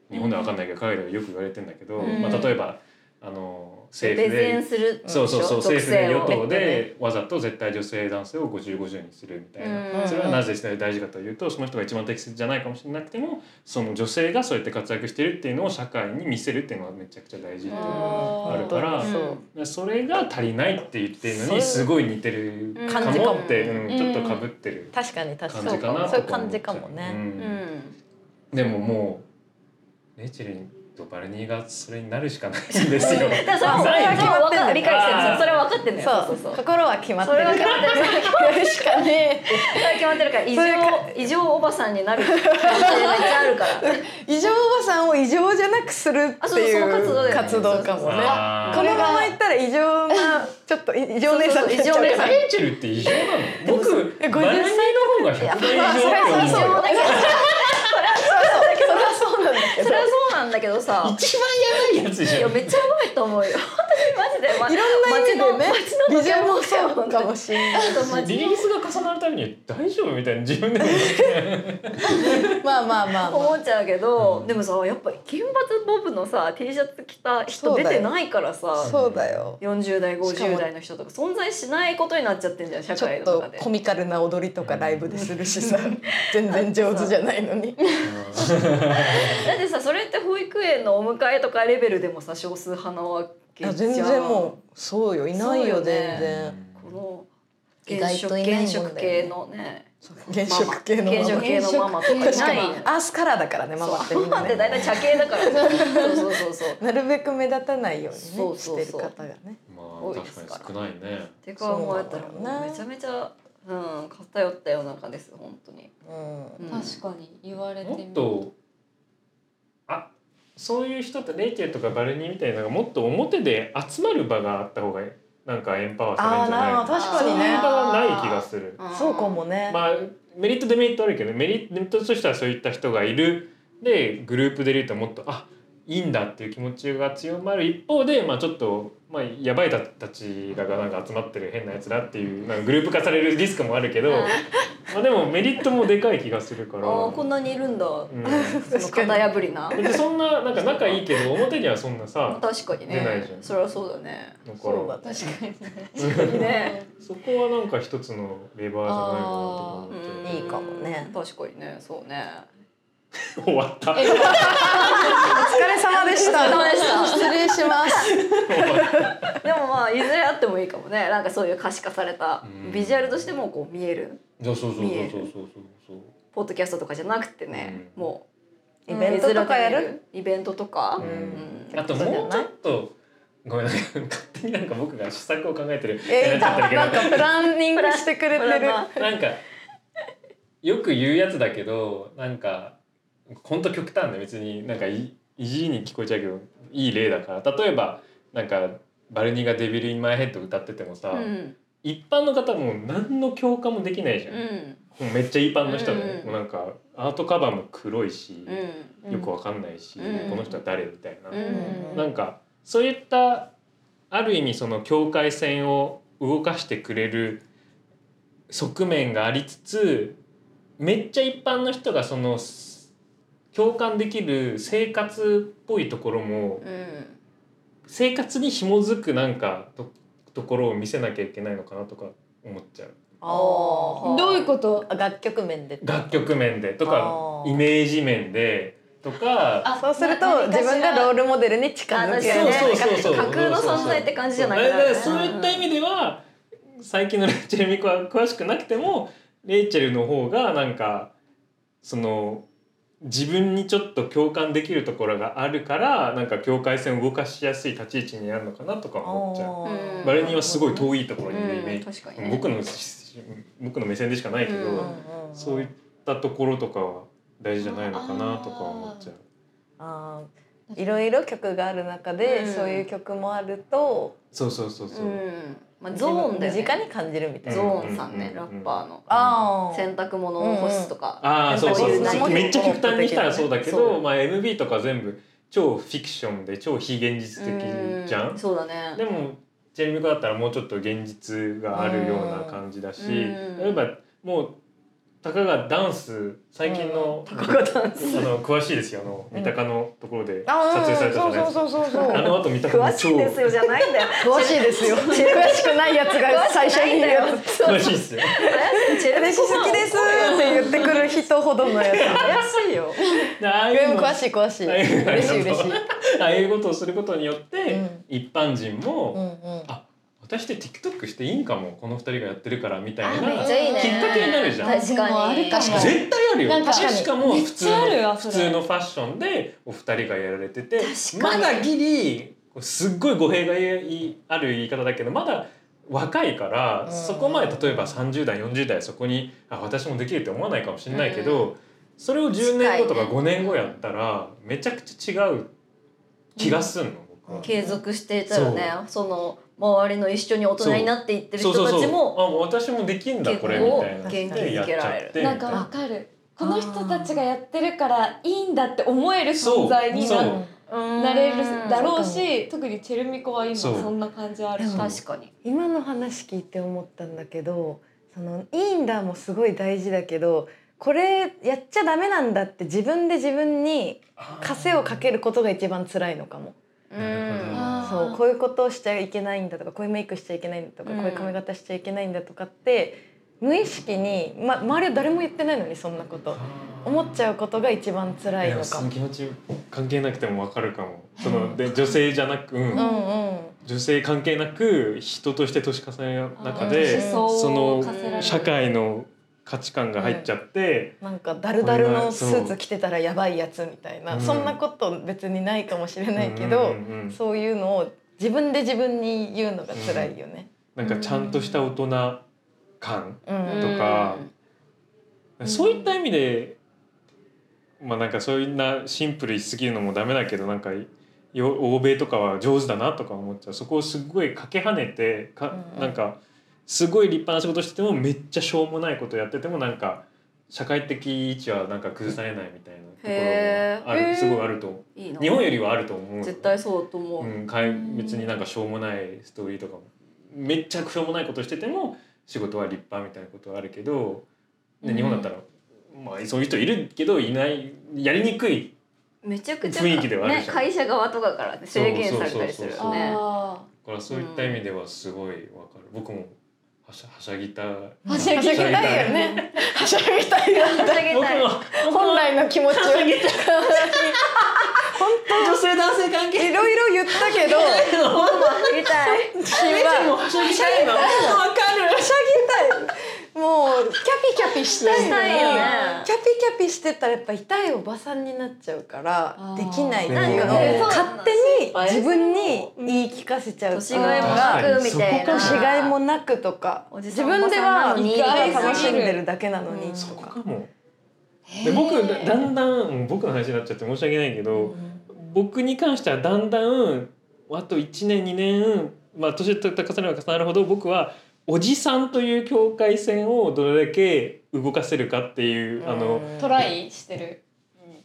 日本では分かんないけど海外ではよく言われてんだけど、
うん
まあ、例えばああの
プレ
政府
ゼン
で
するんでし
そ
ょ
うそうそう
特
政府
性
で
を
与党でわざと絶対女性男性を5050にするみたいな。
うん
それはなぜ大事かというとその人が一番適切じゃないかもしれなくてもその女性がそうやって活躍してるっていうのを社会に見せるっていうのはめちゃくちゃ大事っていうのがあるから
そう
うん
でそれが足りないって言ってるの
そう
にすごい似てるか
感じか
も
も
って、
う
うんんちょっとかぶってる
確かに確か
感
に
じかな
そうい
と
う
か
感
思っちゃ
じかも
う
ね。
うんん
でももうレイチェルとバルニーがそれになるしかないんですよ。
だからそれはそ
な
れ
い
は
よ
分かってる理解してるんですよ
あー
それは分かってるのよ
そ
そう
う
そうそう
心は決まって
それは決
る。
まってる
やるしかね
それは決まってるから異
それ
常異常おばさん になる可能性めっちゃあるから
え。異常おばさんを異常じゃなくする
あ
っ
そ
て
うそうそ
い
の活動だ
う
よね
活動かもね。
あー
このままいったら異常なちょっと異常姉さんになっちゃう
そうそうそう異常姉さん
レイチェルって異常なの？僕
え50
バルニーの方が100倍異常
いやまあ
だと
それ
思
は
う。
だけど
それはそうなんだけ
そ
ど
れはそうなんだけどさ
一番やばいやつじ
い
ゃ
や
ん。
めっちゃうまいと思うよ 本当にマジでま
いろんな意味
街の
でね
街
異常
の
も
ポケモン
そうかもし れない。
ちょっと街
リリースが重なるために大丈夫みたいな自分でも言って
まあまあまあまあ。
思っちゃうけど、でもさやっぱ金髪ボブのさ T シャツ着た人
そう
出
だよ
てないからさ
そうだよ。
40代
しかも
50代の人とか存在しないことになっちゃってんじゃん社
ちょ
会
っ
の
と
中で。
コミカルな踊りとかライブでするしさ、全然上手じゃない のに。
だってさそれって保育園のお迎えとかレベルでもさ少数派なわけじゃ
あ
ん
全然もうそうよいない
そ
よ
うよね
全然。
この
意
原
外
色
といない
原
も
色
んだよね
系のね
原色系の
ママ原色系のママとかいない
確かにアースカラーだからねママってみん
マ
な、
マって
ね、
大体茶系だから、ね、そうそうそうそう
なるべく目立たないようにね
そうそうそう
してる方がね
まあ確かに少ないね。
てかもうやったらも
そうなんだろ
う
う
め
な
ちゃめちゃうん偏った世の中です本当に、
う
うん、
確かに言われて
も
み
っ
る
とあそういう人ってレイチェルとかバルニーみたいなのがもっと表で集まる場があった方がなんかエンパワーされるんじゃない
あーなるほど確
かにね
そういう場がない気がする。
んそうかもね、
まあメリットデメリットあるけどメリットとしてはそういった人がいるでグループでいるともっとあいいんだっていう気持ちが強まる一方で、まあ、ちょっと、まあ、やばいたたちらがなんか集まってる変なやつだっていうなんかグループ化されるリスクもあるけど
うん
まあでもメリットもでかい気がするか
あ
ら。
ーこんなにいるんだ、
うん
その型破りな
でそんななんか仲いいけど表にはそんなさ
確かに
出ないじ
ね
ゃん
そりゃそうだね
だか
そうだ
ら
確か
ね
そこはなんか一つのレバーじゃないかなと思
う
っ
ん
て
いいかもね
確かにねそうね
終わった
え終わ
お疲れ様でした
お疲れ様でした
失礼します
でもまあいずれあってもいいかもねなんかそういう可視化された
うん
ビジュアルとしてもこう見える
じゃあそうそうそう
見える
そうそうそう
ポッドキャストとかじゃなくてね、
うん
もう
イベントとかやる
イベントとか、
うん
うん
あと
そうじ
も
ゃ
う
な
ちょ
い
っとごめんなんか勝手になんか僕が試作を考えてるみたい
え
になっちゃ
ー、
ってる
なんかプランニングしてくれて
ほら
る
まあ
けどなんかよく言うやつだけどなんかほんと極端で別になんかいいじりに聞こえちゃうけどいい例だから例えばなんかバルニーが「デビル・イン・マイ・ヘッド」歌っててもさ、
うん
一般の方も何の共感もできないじゃん、も
うん
うめっちゃ一般の人で、
うん
もうなんかアートカバーも黒いし、
うん
よくわかんないし、
うん
この人は誰みたいな、
うん
なんかそういったある意味その境界線を動かしてくれる側面がありつつめっちゃ一般の人がその共感できる生活っぽいところも
うん
生活に紐づくなんかとところを見せなきゃいけないのかなとか思っちゃう
あー
どういうこと
あ楽曲面で
楽曲面でと
あ
か
ー
イメージ面でとか
あ
そうすると自分がロールモデルに近づける
あ
そうそうそうそう
架空の存在って感じじゃなくな
そう
る
だからそういった意味では最近のレイチェル・ミコは詳しくなくてもレイチェルの方がなんかその自分にちょっと共感できるところがあるからなんか境界線を動かしやすい立ち位置にあるのかなとか思っちゃ
う
うんバルニーはすごい遠いところにいるイメ
うん、
ージ
確かにね
僕の僕の目線でしかないけど、
うん
そういったところとかは大事じゃないのかなとか思っちゃう。
あーいろいろ曲がある中で、
うん
そういう曲もあると
そうそうそうそうう、
んまあ、ゾーンだよ、ね、
身近に感じるみたいな、
ゾーンさんね、
うんうんうんう
ラッ
ん
パーの
あー
洗濯物を干すとか、
ああそうそう
やっぱり
そうめっちゃ極端にしたらそうだけ
そ
ど、まあ、MV とか全部超フィクションで超非現実的じゃ。
うんそうだね
でもジェルミコだったらもうちょっと現実があるような感じだし
うん
例えばもうたかがダンス最近の、
たかがダンス
あの詳しいですよあの三鷹のところで撮
あ
影されたじゃない
そ
で
うそ
すか
うそうそうそう
あの後三鷹も
詳し
超
いですよじゃないん だよ
詳しいですよ詳しくないやつが最初に言うやつ
詳しいですよ
私好きですって言ってくる人ほどのやつ
怪しいよ
でああ
い
い
や
う
で
の
も詳しい詳しい嬉しい嬉しい
ああいうことをすることによって、
うん
一般人も、
うんうん
私って TikTok していいんかもこの二人がやってるからみたい
めっ
な
ちゃいいね
きっかけになるじゃん
確かに
でもあるかも
に
絶対あるよ
なんか確かに
しかも
めっ
普通
ちゃある
の
わ
普
それ
通のファッションでお二人がやられてて
確か
ま
に
だギリすっごい語弊がある言い方だけどまだ若いから、
うん
そこまで例えば30代40代そこにあ私もできるって思わないかもしれないけど、それを10年後とか
近いね
5年後やったらめちゃくちゃ違う気がすんの、僕は。
継続していたらねその周りの一緒に大人になっていってる
そ
人
うそ
た
うそう
ちも
あもう私もできんだこれみたい
結構
な
元気づけられる
でや
な
っ
ん
ちゃ
か
って
わかるこの人たちがやってるからいいんだって思える存在に
そう
ななれるだろう
そう
し特にチェルミコは今
そう
そんな感じある
そう
確かに
今の話聞いて思ったんだけどそのいいんだもすごい大事だけどこれやっちゃダメなんだって自分で自分に枷をかけることが一番辛いのかも
う
なるほど
ん
あー
そうこういうことをしちゃいけないんだとかこういうメイクしちゃいけないんだとか、
うん
こういう髪型しちゃいけないんだとかって無意識に、ま、周りは誰も言ってないのにそんなこと思っちゃうことが一番辛
い
い
や
のか
そ
も
の。気持ち関係なくてもわかるかもそので女性じゃなく、うん
うんうん
女性関係なく人として年重ねの中
あ
で
ー
その社
社会
会の価値観が入っちゃって、
なんかダルダルのスーツ着てたらやばいやつみたいな、
うん
そんなこと別にないかもしれないけ
う
ど
ん、うんうん
そういうのを自分で自分に言うのが辛いよね。
なんかちゃんとした大人感
うん
とか、
うん
そういった意味でまあなんかそういうなシンプルにしすぎるのもダメだけどなんかよ欧米とかは上手だなとか思っちゃうそこをすごいかけはねてか、
うん
なんかすごい立派な仕事しててもめっちゃしょうもないことやっててもなんか社会的位置はなんか崩されないみたいなところもあ
へ
る
ー
すごいあると思う
いいな
日本よりはあると思う
絶対そうだと思う
うん、かい別になんかしょうもないストーリーとかもめっちゃしょうもないことしてても仕事は立派みたいなことはあるけど、ね
うん
日本だったら、まあ、そういう人いるけどいないやりにくい
めちゃくちゃ
雰囲気ではある
ね
じゃん
会社側とかからね制限されたりする
そう
よね
あ
からそういった意味ではすごいわかる、僕もはしゃはしゃぎた
ーはしゃ
は
ぎ
しゃ
た
ぎ
い
たいよね。はしゃぎたいよ。
はしゃぎ
僕
たい
も
本来の気持ちを。
女性男性関係
いろいろ言ったけど、
みたい
私は
はしゃぎたいの
わかる
はしゃぎたい。もうキャピキャピしたい
し
の
たいよね
に、キャピキャピしてたらやっぱ痛いおばさんになっちゃうから
あ
で
ー
きないっていうの
なんかね
を勝手に自分に言い聞かせちゃう。
年がいも
確か
な
に
くみたいな
そこ
年がいもなくとか
おじ
自
さんお
分
ば
で
さんな
は
のに
意外楽しんでるだけなの
う
に
ん
と
そこ
か
かもで僕だだんだん僕の話になっちゃって申し訳ないけど、僕に関してはだんだんあと1年2年まあ年と重ねれば重なるほど僕はおじさんという境界線をどれだけ動かせるかっていう、あの
トライしてる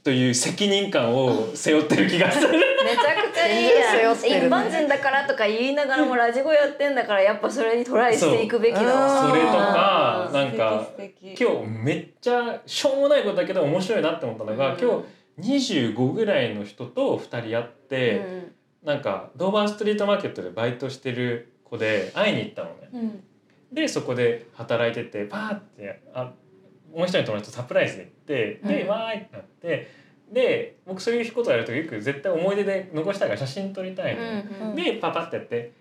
という責任感を背負ってる気がする。
めちゃくちゃいいやん
全然背負ってるね
一般人だからとか言いながらもラジゴやってんだからやっぱそれにトライしていくべきだわ
そううん
それと
う
か
ん
なんか
素敵素敵
今日めっちゃしょうもないことだけど面白いなって思ったのが、
うん
今日25ぐらいの人と2人会って、
うん
なんかドーバーストリートマーケットでバイトしてる子で会いに行ったのね。
うん
でそこで働いててパーってあもう一人の友達とサプライズで行ってで、
うん
わーいってなってで僕そういうことやるとよく絶対思い出で残したいから写真撮りたいの、
うん
でパパってやって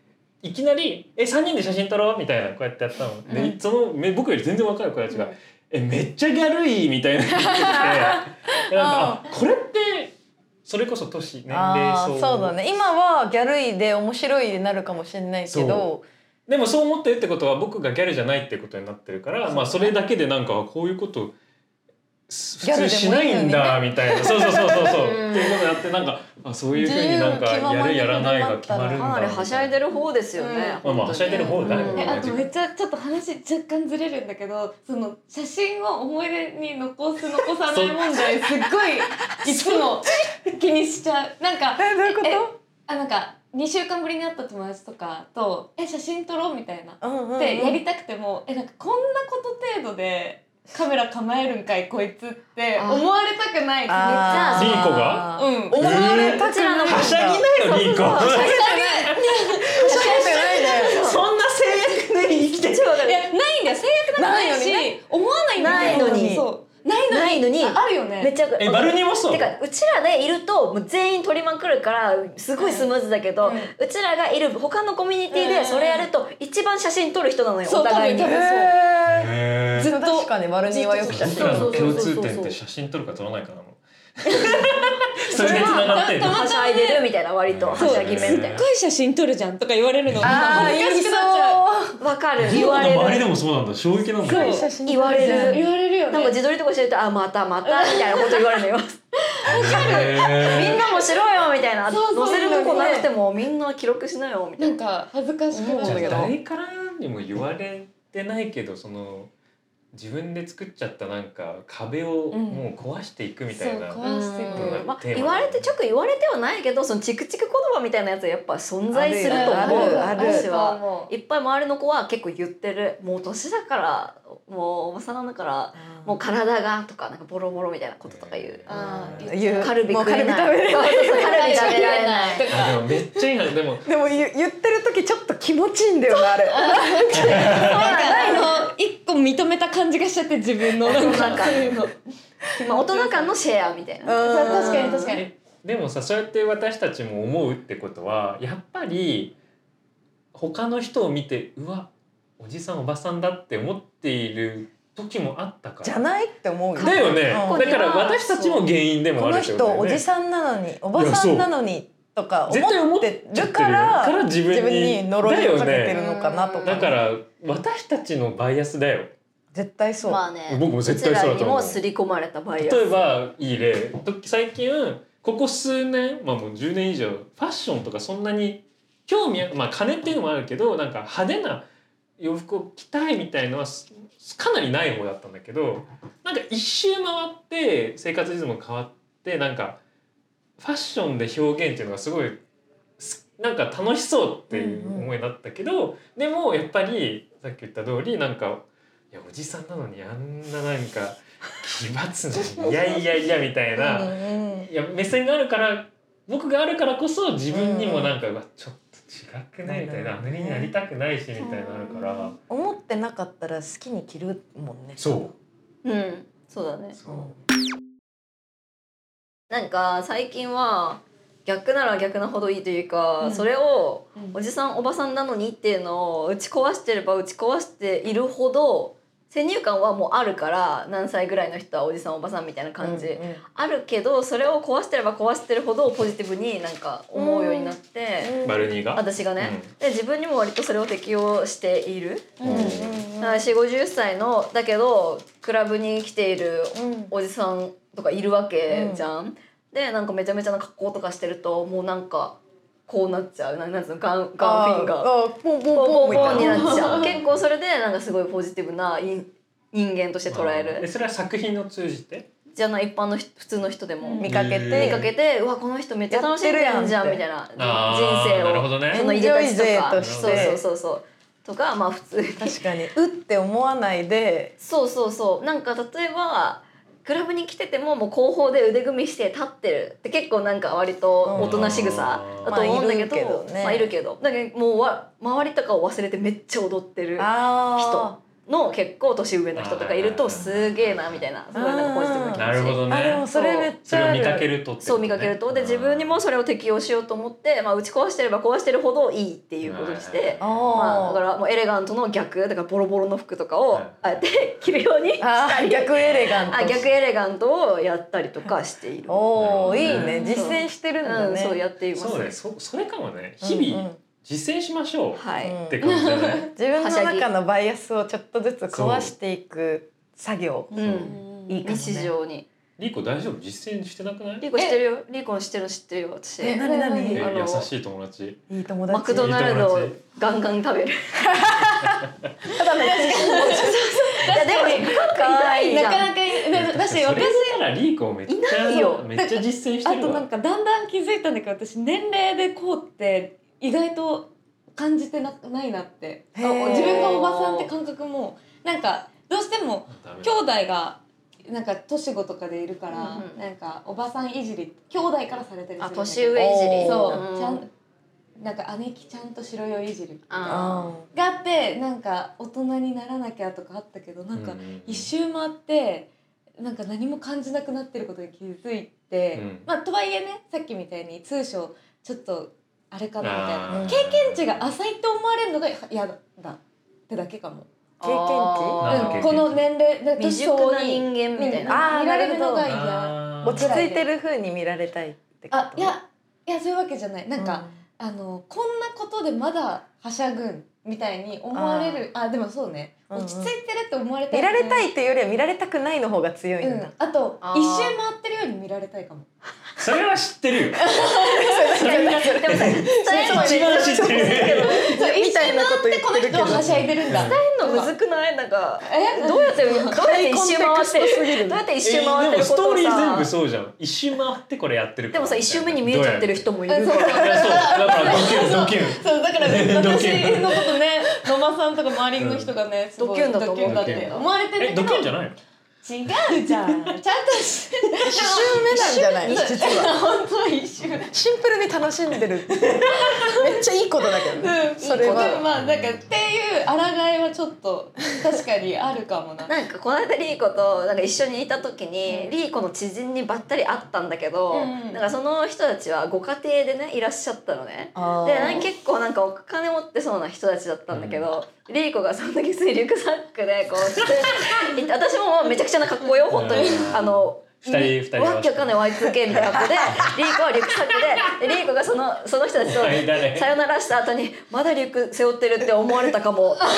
いきなり「え3人で写真撮ろう」みたいなこうやってやったの、
う
でそのめ僕より全然若い子たちが「えめっちゃギャルい」みたいな言ってきてでなんかあこれってそれこそ年年齢
あ
層
ーそうだね今はギャルいで面白いになるかもしれないけど
でもそう思ってるってことは僕がギャルじゃないってことになってるからまあそれだけでなんかあこういうことす
ギ
普
ャルでもい
通
いのにね
しないんだみたいなそうそうそうそうそう
う
っ
ん
ていうことやってなんかあそういうふうになんか
自由気ま
や
ま
る
に
やらないが決まるんだ
かなりはしゃいでる方ですよね、
うんまあまあはしゃいでる方だよね
え
ね
あとめっちゃちょっと話若干ずれるんだけどその写真を思い出に残す残さない問題すっごいいつも気にしちゃうなんか
えどういうこと
えあなんか2週間ぶりに会った友達とかと「え写真撮ろう」みたいな
うんうんうん
でやりたくてもえなんかこんなこと程度でカメラ構えるんかいこいつって思われたくないめっち
あ
ゃ
ー
リーコが
うん
思
思
わ
われ
れ
た
たくないんだ。
はしゃぎなよリーコ
そんな制約ない生きてる
いやないんだよ制約なんてないし
ない
思わないんだよ
ないの
に
そうないのに
ないのに
ああるよ
め
ね
っちゃ
えバルニーもそう
てかうちらでいるともう全員取りまくるからすごいスムーズだけど、
う
うんちらがいる他のコミュニティでそれやると一番写真撮る人なのよ
そう
お互いに
多分多分
へ
ずっ
ー
と
確かにバルニーはよく写
僕
真
らの共通点って写真撮るか撮らないかなのそれ
れ
で
は
繋がってんの
たま
はしゃいでるみたいな割とはしゃぎ目みたい
すっごい写真撮るじゃんとか言われるの
ああ
恥ずか
言い
し
そ
くなっちゃう
う。
なわかる
リ
言
ーコ
わ
の周
れ
り
る
でもそうなんだ衝撃なんだけど
そう
真
言われ
撮る
る
言われるよね
なんか自撮りとかしてると「あまたまた」みたいなこと言われるのよ みん
へ
なもしろよみたいな
そうそう
載せるとこなくてもみんな記録しなよみた
ないん
な
か恥ずかしく
ー
なる
じゃあ
けど
誰からにも言われてないけどその自分で作っちゃったなんか壁をもう壊していくみたいな、
そう壊してく
うんまあ、
テーマ
言われて直言われてはないけどそのチクチク言葉みたいなやつはやっぱ存在すると思う
あるよあるある
私は
思う
いっぱい周りの子は結構言ってるもう年だからもうおばさんだからもう体がとかなんかボロボロみたいなこととか言う
あー
言う
カルビ
もう
食
カ
え
ルビ
ない
食べれ
そう
ない
そうそうカルビ食べられない
とか
あでもめっちゃいいなでも
でも言言ってる時ちょっと気持ちいいんだよなあれ。
なんかあの一個認めた感じがしちゃって自分のなん
な
か
んか
そういうの
まあ大人間のシェアみたいな
うん
そう確かに確かに
えでもさそうやって私たちも思うってことはやっぱり他の人を見てうわおじさんおばさんだって思っている時もあったから
じゃないって思うよ。
だよね、
うん
だから私たちも原因でも
こ
ある
の
ってことだ
人
よ
お
ね
じさんなのにおばさんなのにとか
絶対
思
思
っ
ってて
る
る
から
から自分に
自分に呪いをかけて
だ
る
よね
のかなと
うん
か
だから私たちのバイアスだよ
絶対そう。
まあね
僕も絶対そうだと思う
うちらにも刷り込まれたバイアス
例えばいい例と最近ここ数年まあもう10年以上ファッションとかそんなに興味あまあ金っていうのもあるけどなんか派手な洋服を着たいみたいのはすかなりない方だったんだけどなんか一周回って生活リズムが変わってなんかファッションで表現っていうのがすごいすなんか楽しそうっていう思いになったけど、でもやっぱりさっき言った通りなんかいやおじさんなのにあんななんか奇抜ないやいやいやみたいな、
うんうん
いや目線があるから僕があるからこそ自分にもなんか、うわちょっと違くないみたいな
なるほど
あれ
ね
になりたくないしみたいなのあるから
思ってなかったら好きに着るもんね。
そ
うんそうだね
う
うん。
なんか最近は逆なら逆なほどいいというか、
うん
それを
うん
おじさんおばさんなのにっていうのを打ち壊してれば打ち壊しているほど先入観はもうあるから何歳ぐらいの人はおじさんおばさんみたいな感じ、
うんうん
あるけどそれを壊してれば壊してるほどポジティブになんか思うようになって、
バルニーが
私がね、で自分にも割とそれを適用している。
うん。
うん
4 5 0歳のだけどクラブに来ているおじさんとかいるわけじゃん。でなんかめちゃめちゃな格好とかしてるともうなんかこうなっちゃうななんつうのガンガンフィン
あ
が
ーあーポ
ボ
ンポン
ン
ポン
ボン
み
ボ
たい
ンになっちゃう結構それでなんかすごいポジティブな人人間として捉え
え
る
それは作品を通じて
じゃない一般の人普通の人でも。
うん
見かけ
うん
見
て
かけてうわこの人めっちゃ楽しんでるやんじゃん
やっ
み
て
た
る
いな人
あー
生
なるほ
を
どね
そのいでたちと
エンジョイ勢
か
と
して
そうそうそうそうとかまあ普通に
確かにうって思わないで
そうそうそうなんか例えばクラブに来ててももう後方で腕組みして立ってるって結構なんか割と大人しぐさだと思うんだけど,、
うんまあいるけどね
まあいるけどだけどもうわ周りとかを忘れてめっちゃ踊ってる
あ
人の結構年上の人とかいるとすげえなみたいなすごいなんかポジティブな気持ち
なるほど
ーあでも
ね
それめっち
それ
ゃ
を
あ
見かけ
る
るとってことね
そう見かけるとで自分にもそれを適用しようと思って、まあ、打ち壊してれば壊してるほどいいっていうことにして、
あ
まあ、だか
ー
らもうエレガントの逆だからボロボロの服とかを
はい
あえて着るように
あー逆エレガント
あ逆エレガントをやったりとかしている。
おおいい
うん
ね実践してるんだ
うん、
ね
そうやっています。
そうねそそれかもね日
うんう
々
ん
実践しましょう
はい、
うん
って感じじゃない
自分の中のバイアスをちょっとずつ壊していく作業
う、
うん
うん
いいかもね
日常に。
リコ大丈夫実践してなくない
リコ知ってるよ、リコン知ってるの知ってるよ、私。
え何
え
あ
何
の
優しい 友達
いい友
マク
達
ドナルドをガンガン食べる。ただね、いやでもリコかわいいじ
な
ゃ
か
ん。
なかいないだし
それ
私
ならリーコめっちゃ
いよ
めっちゃ実践して
あ
る
とな
わ
んかだんだん気づいたんだけど私年齢でこうって意外と感じてなないなって
へー
自分がおばさんって感覚もなんかどうしても
ダメ
兄
だ
弟がなんか年子とかでいるから、
うんうん
なんかおばさんいじり兄弟からされたりするんだ
あ
けど
年上いじり
そ
ん
う、ちゃんなんか姉貴ちゃんと白よいじり
あ
あ
があってなんか大人にならなきゃとかあったけどなんか
う
一周回ってなんか何も感じなくなってることに気づいて、
うん
まあとはいえねさっきみたいに通所ちょっとあれかなみたい
あ
な
ー
経験値が浅いって思われるのが嫌だってだけかも、
ー
経験値
あー
なるほ
う
ど
んこの年齢だ
未熟な人間みたいな、
あー
見られるのが
な
嫌
あー
落ち着いてる風に見られたいってこと
あいやいやそういうわけじゃないなんか、
う
あのこんなことでまだはしゃぐんみたいに思われるあでもそうね
うんうん
落ち着いてるって思われた
見られた
い、
いっていうよりは見られたくないの方が強い
うんん
だ、、
あと
あー
一周回ってるように見られたいかも
それは知って るよ
でもさ伝えるの
一番知ってる
そう一
み
周
た
回
いなこと言
ってこの
ってるけ
人
ど
ははしゃいでるんだ
むずくないなんか
え
どうやってどうやって一周回ってるどうやって一周回って
えーでも
るこ
スト
と
ー
を
リー全
さ
部そうじゃん一周回ってこれやってる
でもさ一周
周
目に見えちゃってる人もいる
そう
から
いやそうだからドキュンド キュン
そうだから
ド
私
キュン
のことね野間さんとか周りの人がねすごい
ドキュンだと思う
ドキュンだって思われてる
え
んだ
ド
け
キュ
ど
ンじゃないの
違うじゃんちゃんと
一
し
周目なんじゃない実は
本当は一周目
シンプルに楽しん でるめっちゃいいことだけどね
うん、
それは
でもまあなんかっていう抗いはちょっと確かにあるかもな
なんかこの間リーコとなんか一緒にいた時に、
うん
リーコの知人にばったり会ったんだけど、
うん
なんかその人たちはご家庭でねいらっしゃったのね。
あー
でなんか結構なんかお金持ってそうな人たちだったんだけど、リーコがその時すリュックサックでこうしていて私もめちゃくちゃな格好よ本当に
うん
あの
二人二人合わせて
わっきゃかんない Y2K みたいな格好でリーコはリュックサックででリーコがそのその人たちと
はいだね
さよならした後にまだリュック背負ってるって思われたかも
もう思わ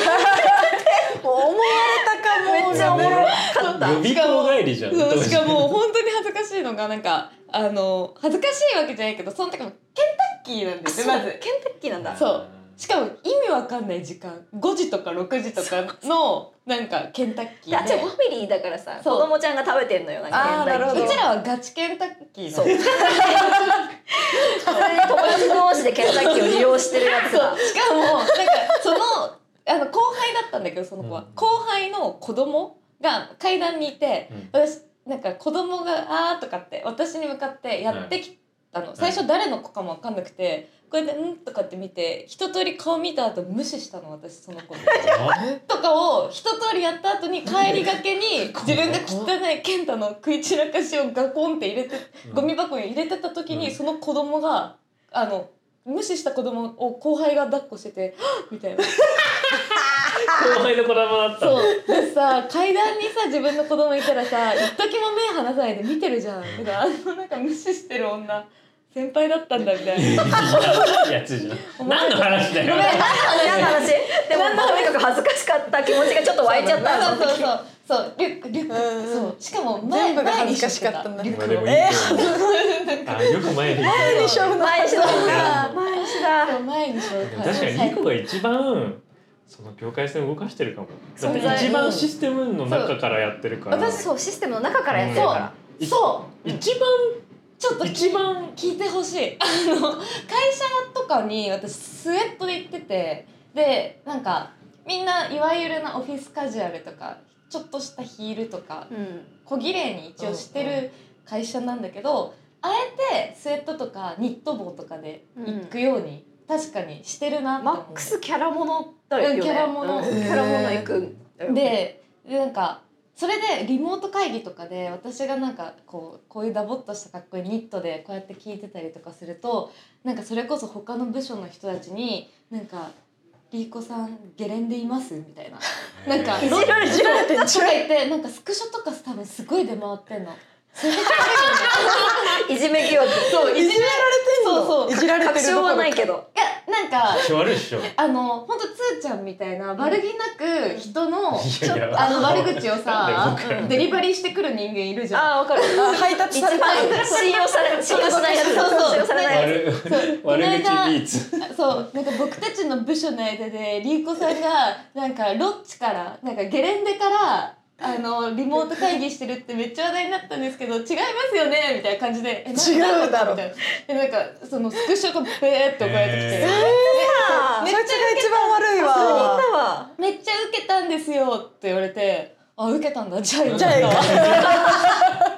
れたかも
めっちゃおもろかった。
予備校帰りじゃん
そうしかも本当に恥ずかしいのがなんかあの恥ずかしいわけじゃないけどその時もケンタッキーなんですよねまず
ケンタッキーなんだ。
そうしかも意味わかんない時間5時とか6時とかのなんかケンタッキ
であ
ー
っち
で
はファミリーだからさ子
そう
供ちゃんが食べてんのよなん
あ
か
ーなるほど
うちらはガチケンタッキー
そ
の
う普通に友達同士でケンタッキーを利用してるやつ
そ
が
うしかもなんかそのあの後輩だったんだけどその子は、
うん
後輩の子供が階段にいて、
うん
私なんか子供が「あー」とかって私に向かってやってきたの、最初誰の子かも分かんなくてこれで「ん?」とかって見て一通り顔見た後無視したの私その 子の。とかを一通りやった後に帰りがけ に自分が汚い健太の食い散らかしをガコンって入れてゴミ箱に入れてた時に
うん
その子供があの無視した子供を後輩が抱っこしててはっみたいな
後輩の子供だった
そうでさ階段にさ自分の子供いたらさ一時も目離さないで見てるじゃんみたいなあのなんか無視してる女先輩だったんだみたいな。
やつじゃん何の話だ
ごめん
よ
何の話でもとにかく恥ずかしかった気持ちがちょっと湧いちゃった
そう
の
そうそうそうリュックリュッ
うん
クそうしかも前
全部が
前
恥
に
ず
し
かしてか
ょっ
った
た
んだ
リュックを
え
あよく前に
ー、しょう
前しだ前しだ
そう前にしょっ
で
て
も
た
確かにリコが一番その境界線を動かしてるかもだって
存在
一番システムの中からやってるから
私そうシステムの中からやってるから
い
そう
一
ちょっと一番聞いてほしいあの会社とかに私スウェットで行っててでなんかみんないわゆるなオフィスカジュアルとかちょっとしたヒールとか
うん
小綺麗に一応してる会社なんだけどあえてスウェットとかニット帽とかで行くように確かにしてるなって
マ
思う
ックスキャラものだよ
う
ね
んキャラもの
うんキャラもの行く
ででなんかそれでリモート会議とかで私がなんかこうこういうダボっとした格好いいニットでこうやって聞いてたりとかするとなんかそれこそ他の部署の人たちになんか「リーコさんゲレンデいます?」みたいな
番
なんか
えー
いろ
いろじられてん
とか言ってなんかスクショとか多分すごい出回って んの。それで
いじめ疑惑
そういじめられてんのそうそう
いじられて
確
るど
証
ころ
は
か
ないけど
いやなんか
気悪いっしょ
あの本当つーちゃんみたいな悪気なく人のちょっ
いやい
と
や
あの悪口を
な
さ
んで僕から
うんデリバリーしてくる人間いるじゃん。
ああわかる
あ配達
一
さ
番
れた
信用され信用しないやつ
そうそう
信用されないや
悪
そ
悪口
う
ビ
この間
ーツ
そうなんか僕たちの部署の間でりーこさんがなんかロッチからなんかゲレンデからあのリモート会議してるってめっちゃ話題になったんですけど違いますよねみたいな感じでえな
違う
なん
だろ
みたいなでなんかそのスクショがベーって送られてきて、
え
そいつが一番悪いわ
つだわ
めっちゃウケたんですよって言われてあ受けたんだじゃあじゃあ行こ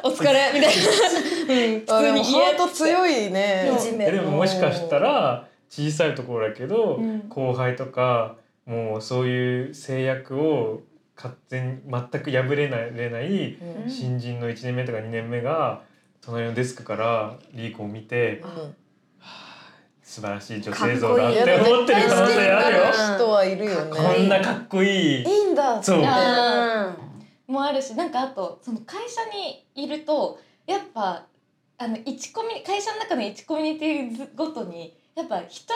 うお疲れみたいな、うん、普通に
ハ
家
ート強いね
いじめ
えでももしかしたら小さいところだけど、
うん
後輩とかもうそういう制約を勝手に全く破れないれない
うん
新人の1年目とか2年目が隣のデスクからリーコを見て素晴らしい女性像だっ
いや
て
でも
思ってる可能性あるよ
絶対好きになる人はいるよ
かっ
こ
こい
ん
い
ね
なかっこい
い
い
いんだって
そう
あ
うん
もあるしなんかあとその会社にいるとやっぱあの一コミュニ会社の中の1コミュニティごとにやっぱ一人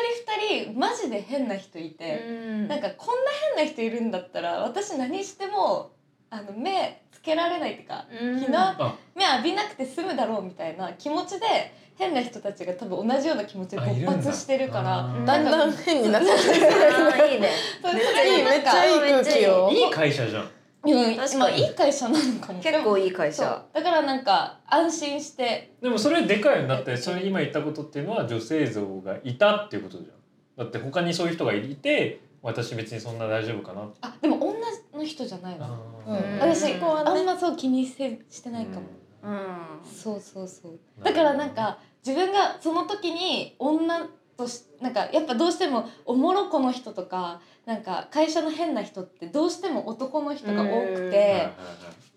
二人マジで変な人いて、
うん
なんかこんな変な人いるんだったら私何してもあの目つけられないっていうか
うん
日の
あ
目浴びなくて済むだろうみたいな気持ちで変な人たちが多分同じような気持ちで
あいるん
勃
だ
発してるから
あー
だんだん変になってきてる
あーいいね
そ
め
れ
っち
そ
ゃい
れ
い
が
め
な
っ
ん
ちゃ
か
いい空気よ
いい会社じゃん
確か
うん
に
まあいい会社なのかも
結構いい会
そ
社
うだからなんか安心して
でもそれでかいよだってそれ今言ったことっていうのは女性像がいたっていうことじゃんだって他にそういう人がいて私別にそんな大丈夫かな
あでも女の人じゃないの
うん
ん
私
そこ
あ
は
んまそう気にせしてないかも、
うん
そうそうそう
なるほど
だからなんか自分がその時に女としなんかやっぱどうしてもおもろこの人とかなんか会社の変な人ってどうしても男の人が多く
うん
はい
て
はいは。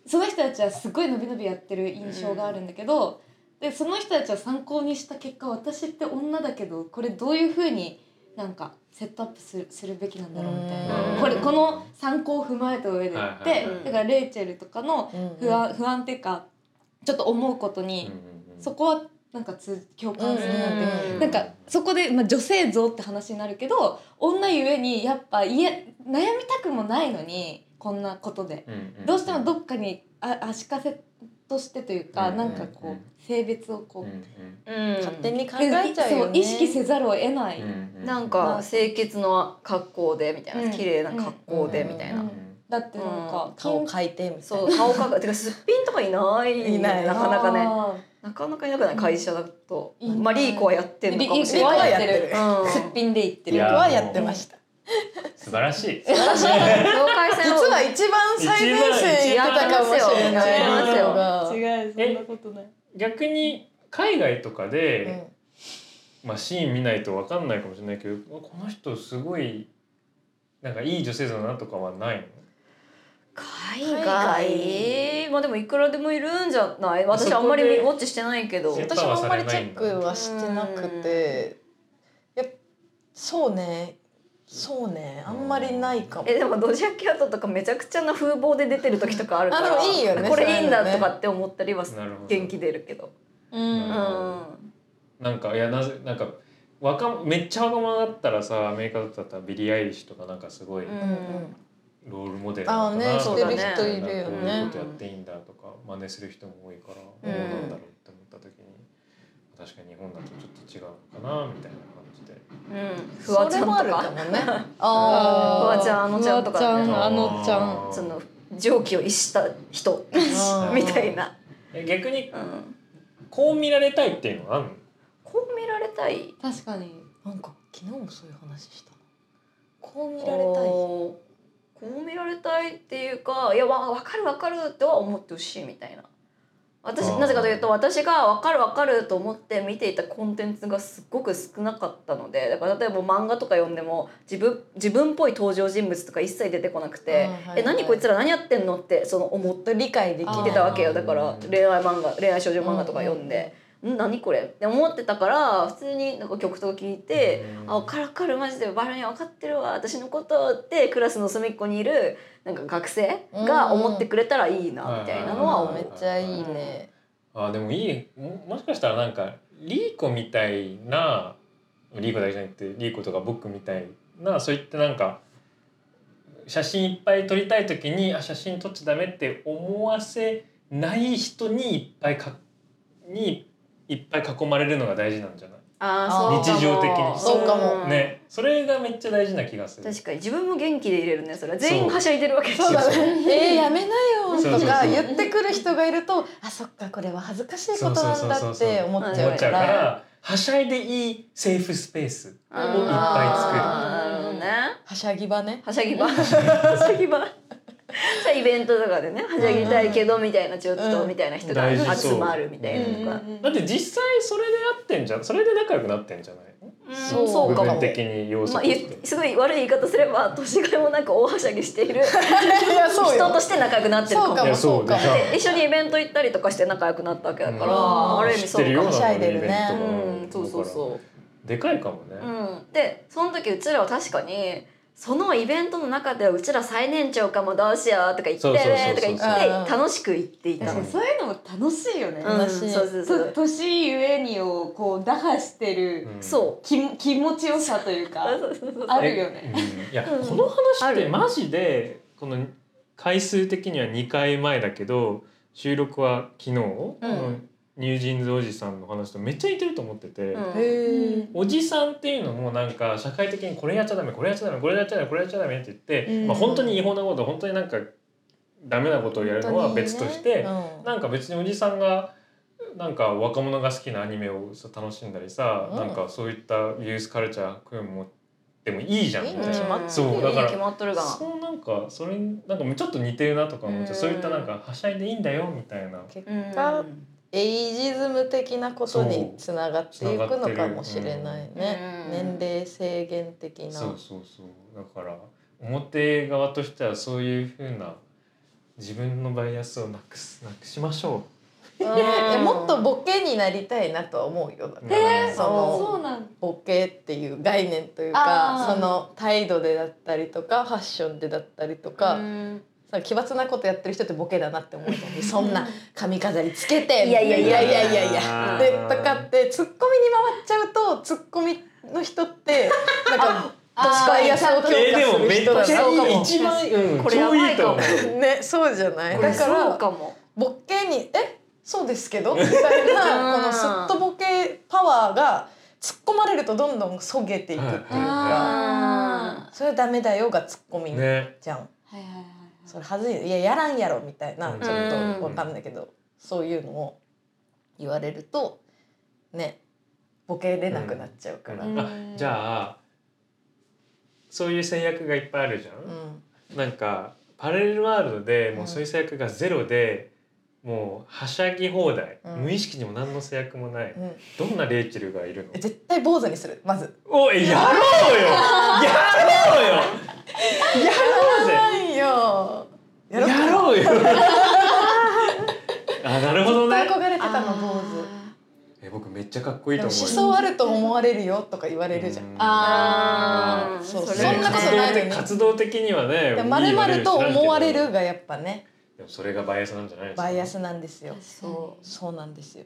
その人たちはすごい伸び伸びやってる印象があるんだけど、でその人たちは参考にした結果私って女だけどこれどういうふうになんかセットアップするするべきなんだろうみたいな
うん
これこの参考を踏まえた上で
はい
で、
はい
はい
だからレイチェルとかの不安不安っていうかちょっと思うこと
い
に、
うんうん
そこはなんか通共感するなんて、
うん
なんかそこで、まあ、女性像って話になるけど女ゆえにやっぱいや悩みたくもないのにこんなことで。
うんんん
どうしてもどっかにあ足かせとしてというか、
うん
なんか
う
こ
ん
う性別をこ
う、
うん
うん
うん
勝手に考えちゃうよ
そう
ね
意識せざるを得ない、
うんうん
なんか清潔の格好でみたいな、
うん
綺麗な格好でみたいな、
うんだってなん
う
か、
顔変えてみたい
そう顔かがてかすっぴんとかいない
いない
なかなかね
ね
なかなかいなくない会社だと、
いい
まあリーコはやってんのかもしれ
な
ないい
リーコはやって
る
うん
すっぴんでいって
い
る
や
僕はやってました
素晴らしい
私境界
実
線を
は一番最前線行ってたかもしれな
違
い
いますよ
が
違うそんなことない
逆に海外とか
う
で、
ん
まあシーン見ないとわかんないかもしれないけどあこの人すごいなんかいい女性像だなとかはない
海
外
外まあでもいくらでもいるんじゃない私あんまりウ
そこ
ォ
で
ッチしてないけど
そう
私もあんまりチェックはしてなくてやっそうねそうねあんまりないかも
えでもドジャーキャットとかめちゃくちゃな風貌で出てる時とかあるか
あ
ら
でもいいよね
これいいん
そういうの
だ
ね
とかって思ったりは
のなるほど
元気出るけど
うん
う
なるほど
ん
なんかいやなぜなんか若めっちゃ若者だったらさアメリカだったらビリー・アイリッシュとかなんかすごい
うんう
うん
ん
ロールモデル
あ
な
あ
のか
ね
な
知
と
っ
か
てる人いるよ
こう
ね
いうことやっていいんだとか真似する人も多いから
うん
どうなんだろうって思った時に確かに日本だとちょっと違うのかなみたいな感じで
うんフ
そ
ワち
れ
ゃん
もある
と
か
か
もね
ー
あ
フワちゃんあのちゃんとかね
フワちゃんあのちゃん
その常軌を逸した人
あ ー
みたいな
え逆に
うん
こう見られたいっていうのはあるの
こう見られたい
確かに
なんか昨日もそういう話したなこう見
見
られたい
こう見られたいっていうかいやわ分かる分かるとは思ってほしいみたいな私
あー
なぜかというと私が分かる分かると思って見ていたコンテンツがすっごく少なかったのでだから例えば漫画とか読んでも自分自分っぽい登場人物とか一切出てこなくて
あーはい
「
はい
え何こいつら何やってんの?」ってその思っ
と理解でき
聞い
る
てたわけよ
あー
だから恋愛漫画恋愛少女漫画とか読んで「ん何これ?」って思ってたから普通になんか曲とか聞いて「
うん
あカラカルマジでバラに分かってるわ私のこと」ってクラスの隅っこにいるなんか学生が思ってくれたらいいなみたいなのは
あ
思
め
う
っ。ちゃいいね
あでもいいももしかしたらなんかリーコみたいなリーコだけじゃなくてリーコとか僕みたいなそういったなんか写真いっぱい撮りたい時にあ写真撮っちゃダメって思わせない人にいっぱいかにいっぱい囲まれるのが大事なんじゃない
あーそうかも
日常的に
そうかも
ん
ねそれがめっちゃ大事な気がする。
確かに自分も元気でいれるねそれは全員はしゃいでるわけです
そうだね
えー、やめなよ
そうそ
と
う
か
そう
言ってくる人がいるとあそっかこれは恥ずかしいことなんだって思っち
思
ゃ
っ
う
ちゃ
か
うかららはしゃいでいいセーフスペースを
あー
いっぱい作る。
なるほどね
はしゃぎ場ね
はしゃぎ場はしゃぎ場そうイベントとかでねはしゃぎたいけどみたいなちょっとみたいな人
う
が
ん大事そう
集まるみたいなとか、
だって実際それで合ってんじゃんそれで仲良くなってんじゃないの
うん
そう
そうか
部
も
分的に要素
まあ、
と
い
して、
すごい悪い言い方すれば年がいもなく大はしゃぎしている
いやそう
人
よ
として仲良くなってるか
そう
も
か
い
も
やそ
そうう
で
か
しょ
も
一緒にイベント行ったりとかして仲良くなったわけだから、
うん
ある意味
知っ
そ
て
う
る
か
よ
も
な
し
はしゃいでるね
イベント
うんそうそう
だか
そ
らでかいかもね、
う、うん、でその時うちらは確かにそのイベントの中ではうちら最年長かもどうしようとか言って
そうそうそうそう
ねとか言
うん
って楽しく言っていた、
う
うんん、
そういうのも楽しいよね、
楽しい
そうそうそ
そう
う
年ゆえにをこう打破してる
うん
そう
気,、気持ちよさというか
そうそうそう
あるよね。
うんいや、
うん
この話
あ
って
る
マジでこの回数的には2回前だけど収録は昨日、このニュージーンズおじさんの話とめっちゃ似てると思ってて、
うん
へ
おじさんっていうのもなんか社会的にこれやっちゃダメこれやっちゃダメこれやっちゃダメこれやっちゃダメって言って、
うん
まあ、本当に違法なこと本当になんかダメなことをやるのは別として、
うん
なんか別におじさんがなんか若者が好きなアニメをさ楽しんだりさ、
うん
なんかそういったユースカルチャー君もでもいいじゃんみ
いい
たい
に
な。
決まってる
そうだから
いいに決まっとるがな
そうなんかそれになんかもうちょっと似てるなとか思っちゃう
うん
そういったなんかはしゃいでいいんだよみたいな
結
うん
果エイジズム的なことにつながっていくのかもしれないね、
そううん
年齢制限的な
そうそうそうだから表側としてはそういうふうな自分のバイアスをなくすなくしましょ
えもっとボケになりたいなとは思うよだ
う
か
み
ら、
たい
えー
な。
そう
なん
ボケっていう概念というか
あー
その態度でだったりとかファッションでだったりとか、
うん
その奇抜なことやってる人ってボケだなって思うのにそんな髪飾りつけて
いやいやいや
いやいやいや
あー
でとかってツッコミに回っちゃうとツッコミの人ってなんか
あ
バイアスを強化す
えー、でも
る
めっち
人だな
ゃ
とか
いい
も
一番、うん、
これや
超
ば
いい
いか
と
も
思う。
ねそうじゃない
これ
だか
そう
ら
かも
ボケに「えそうですけど」みたいな
うん
このすっとボケパワーが突っ込まれるとどんどんそげていくっていうか
あ
「それダメだよ」がツッコミ
ね、
じゃん。
はいはいはい
それはずいよいややらんやろみたいな
う
ちょ
ん
っとわかんないけどそういうのを言われるとねボケれなくなっちゃうから。うん
あじゃあそういう制約がいっぱいあるじゃん。なんかパラレルワールドでもうそういう制約がゼロで、もうはしゃぎ放題、
うん
無意識にも何の制約もない、
うん
どんなレイチェルがいるの
絶対坊主にするまず。
おいやろ うよやろうよやろうぜ
ないよ。
やろうよ あなるほど
ずっと
ね
憧れてたの坊主。
え僕めっちゃかっこいい
で
と
も
思う
思
よ
想あると思われるよとか言われるじゃん。
あ
ー
そう
そ
そ
れ
んなことないのに
活動的にはね
でまるまると思われ
いい
る
よね
がやっぱね
でもそれがバイアスなんじゃないですか
バイアスなんですよ。
確か
そうそうなんですよ。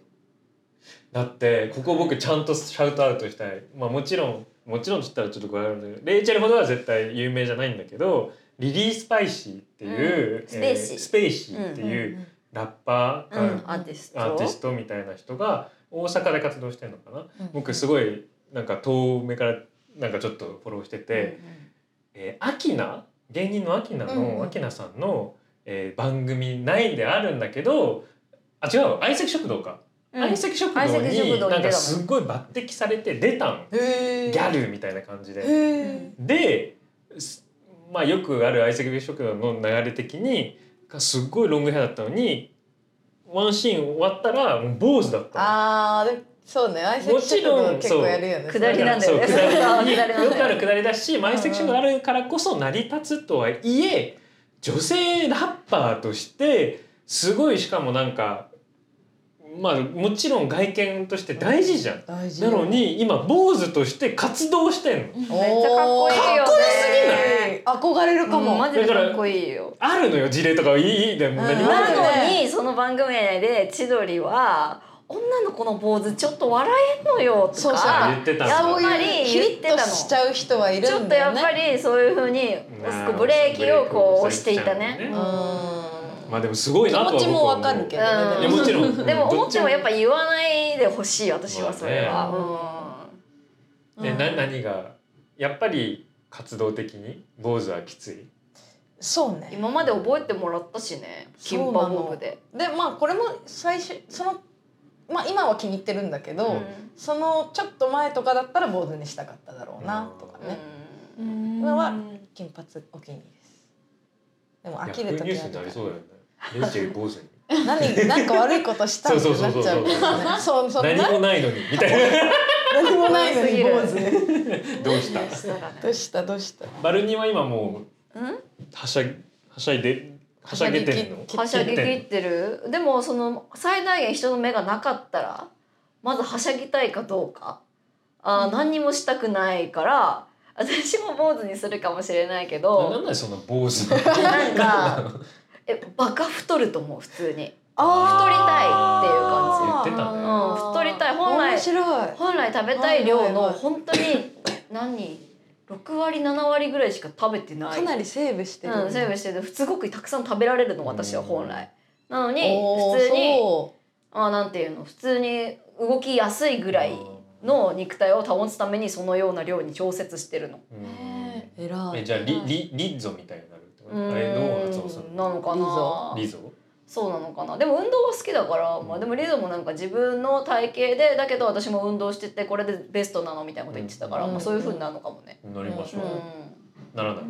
だってここ僕ちゃんとシャウトアウトしたい、まあ、もちろんもちろんって言ったらちょっとこれあるんだけどレイチェルほどは絶対有名じゃないんだけどリリー・スパイシーっていう、
うんスペーシー
スペイシーっていううラッパ
う
ーが、
んアーティスト
アーティストみたいな人が大阪で活動してるのかな、
うん
僕すごいなんか遠目からなんかちょっとフォローしてて、えー、アキナ芸人のアキナ
うんう
の
ん
アキナさんの、えー番組ないであるんだけどあ違う相席食堂か、
うん
相席食堂
相席食堂に
に
出たの
なんかすっごい抜擢されて出たの
へ
ギ
え。
ャルみたいな感じで。
へえ。
ですまあよくある相席食堂の流れ的にすっごいロングヘアだったのにワンシーン終わったらもう坊主だったの。
ああでそうね相
も
席
ち
食
ろん
堂結構やるよね。
そう下りなんだよね
そう下りに
下りなんだよね
よくある下りだし、マイセクションがあるからこそ成り立つとはいえ、女性ラッパーとしてすごいしかもなんか、まあもちろん外見として大事じゃん。
大事
なのに今坊主として活動してんの。
おー
めっちゃかっこいいよね
かっこよすぎない
憧れるか
もう
も。
マジでかっこいいよ
あるのよ事例とかいいいいでも
うん
何も
な
ない
るほど
のにその番組内で千鳥は女の子の坊主ちょっと笑えんのよと
そうそう
か
言ってたんだ
やっ
そう
ぱ
いう
り
キリ
言っ
ッ
てた
と
の
しちゃう人はい
ちょっ
るん
と
だ
や
よ
っ
ね。
ぱりそういうふうにブレーキをこう押していたね。
まあでもすごいなとは
気持ちも
僕は
わ
思う
かるけどね。
うん
で
いや
も
もちろん
でも
うん
思ってもやっぱ言わないでほしい私はそれは、
えな何がやっぱり活動的に坊主はきつい。
そう
う
ね
ん。今まで覚えてもらったしね金
そう
パ
なの
ボブで。
でまあこれも最初そのまあ今は気に入ってるんだけど、
うん
そのちょっと前とかだったら坊主にしたかっただろうなとかね、
うん
に
これは金髪お気に入りですでも
逆
呆
ニ
れた
ュースになりそうだよねレイチェル坊主に
何なんか悪いことしたってなっちゃう
そうそうそうそう
ねそうそう
何もないのにみ たいな
何もないのに坊
すぎ
主
どうした
どうしたどうした
バルニーは今もうはしゃはしゃいではしゃげてんの
はしゃぎき
はしゃぎきってるでもその最大限人の目がなかったらまずはしゃぎたいかどうかあー、何にもしたくないから私も坊主にするかもしれないけ
ななん
ど
なんその坊主
なん かえバカ太ると思う普通に太りたいっていう感
言って
じ、う
たね
ん、太りたい本来
面白い
本来食べたい量
は
の
いはいはい
本当に何6割7割ぐらいしか食べてない
かなりセーブしてる、
うん、セーブしてるすごくたくさん食べられるの私は本来なのに
おー
普通に
そ
あなんていうの普通に動きやすいぐらいの肉体を保つためにそのような量に調節してるの
う
う
ん
偉
え
い
じゃあリリリッゾみたいになるってこ
う
とあれどう発音する
んなのか
リ
な
ゾ
リゾ
そうなのかなでも運動は好きだから、まあ、でもリゾもなんか自分の体型でだけど私も運動しててこれでベストなのみたいなこと言ってたから、
うん
まあ、そういうふうになるのかもね
乗りまし
う
ょう、
ん
ならないう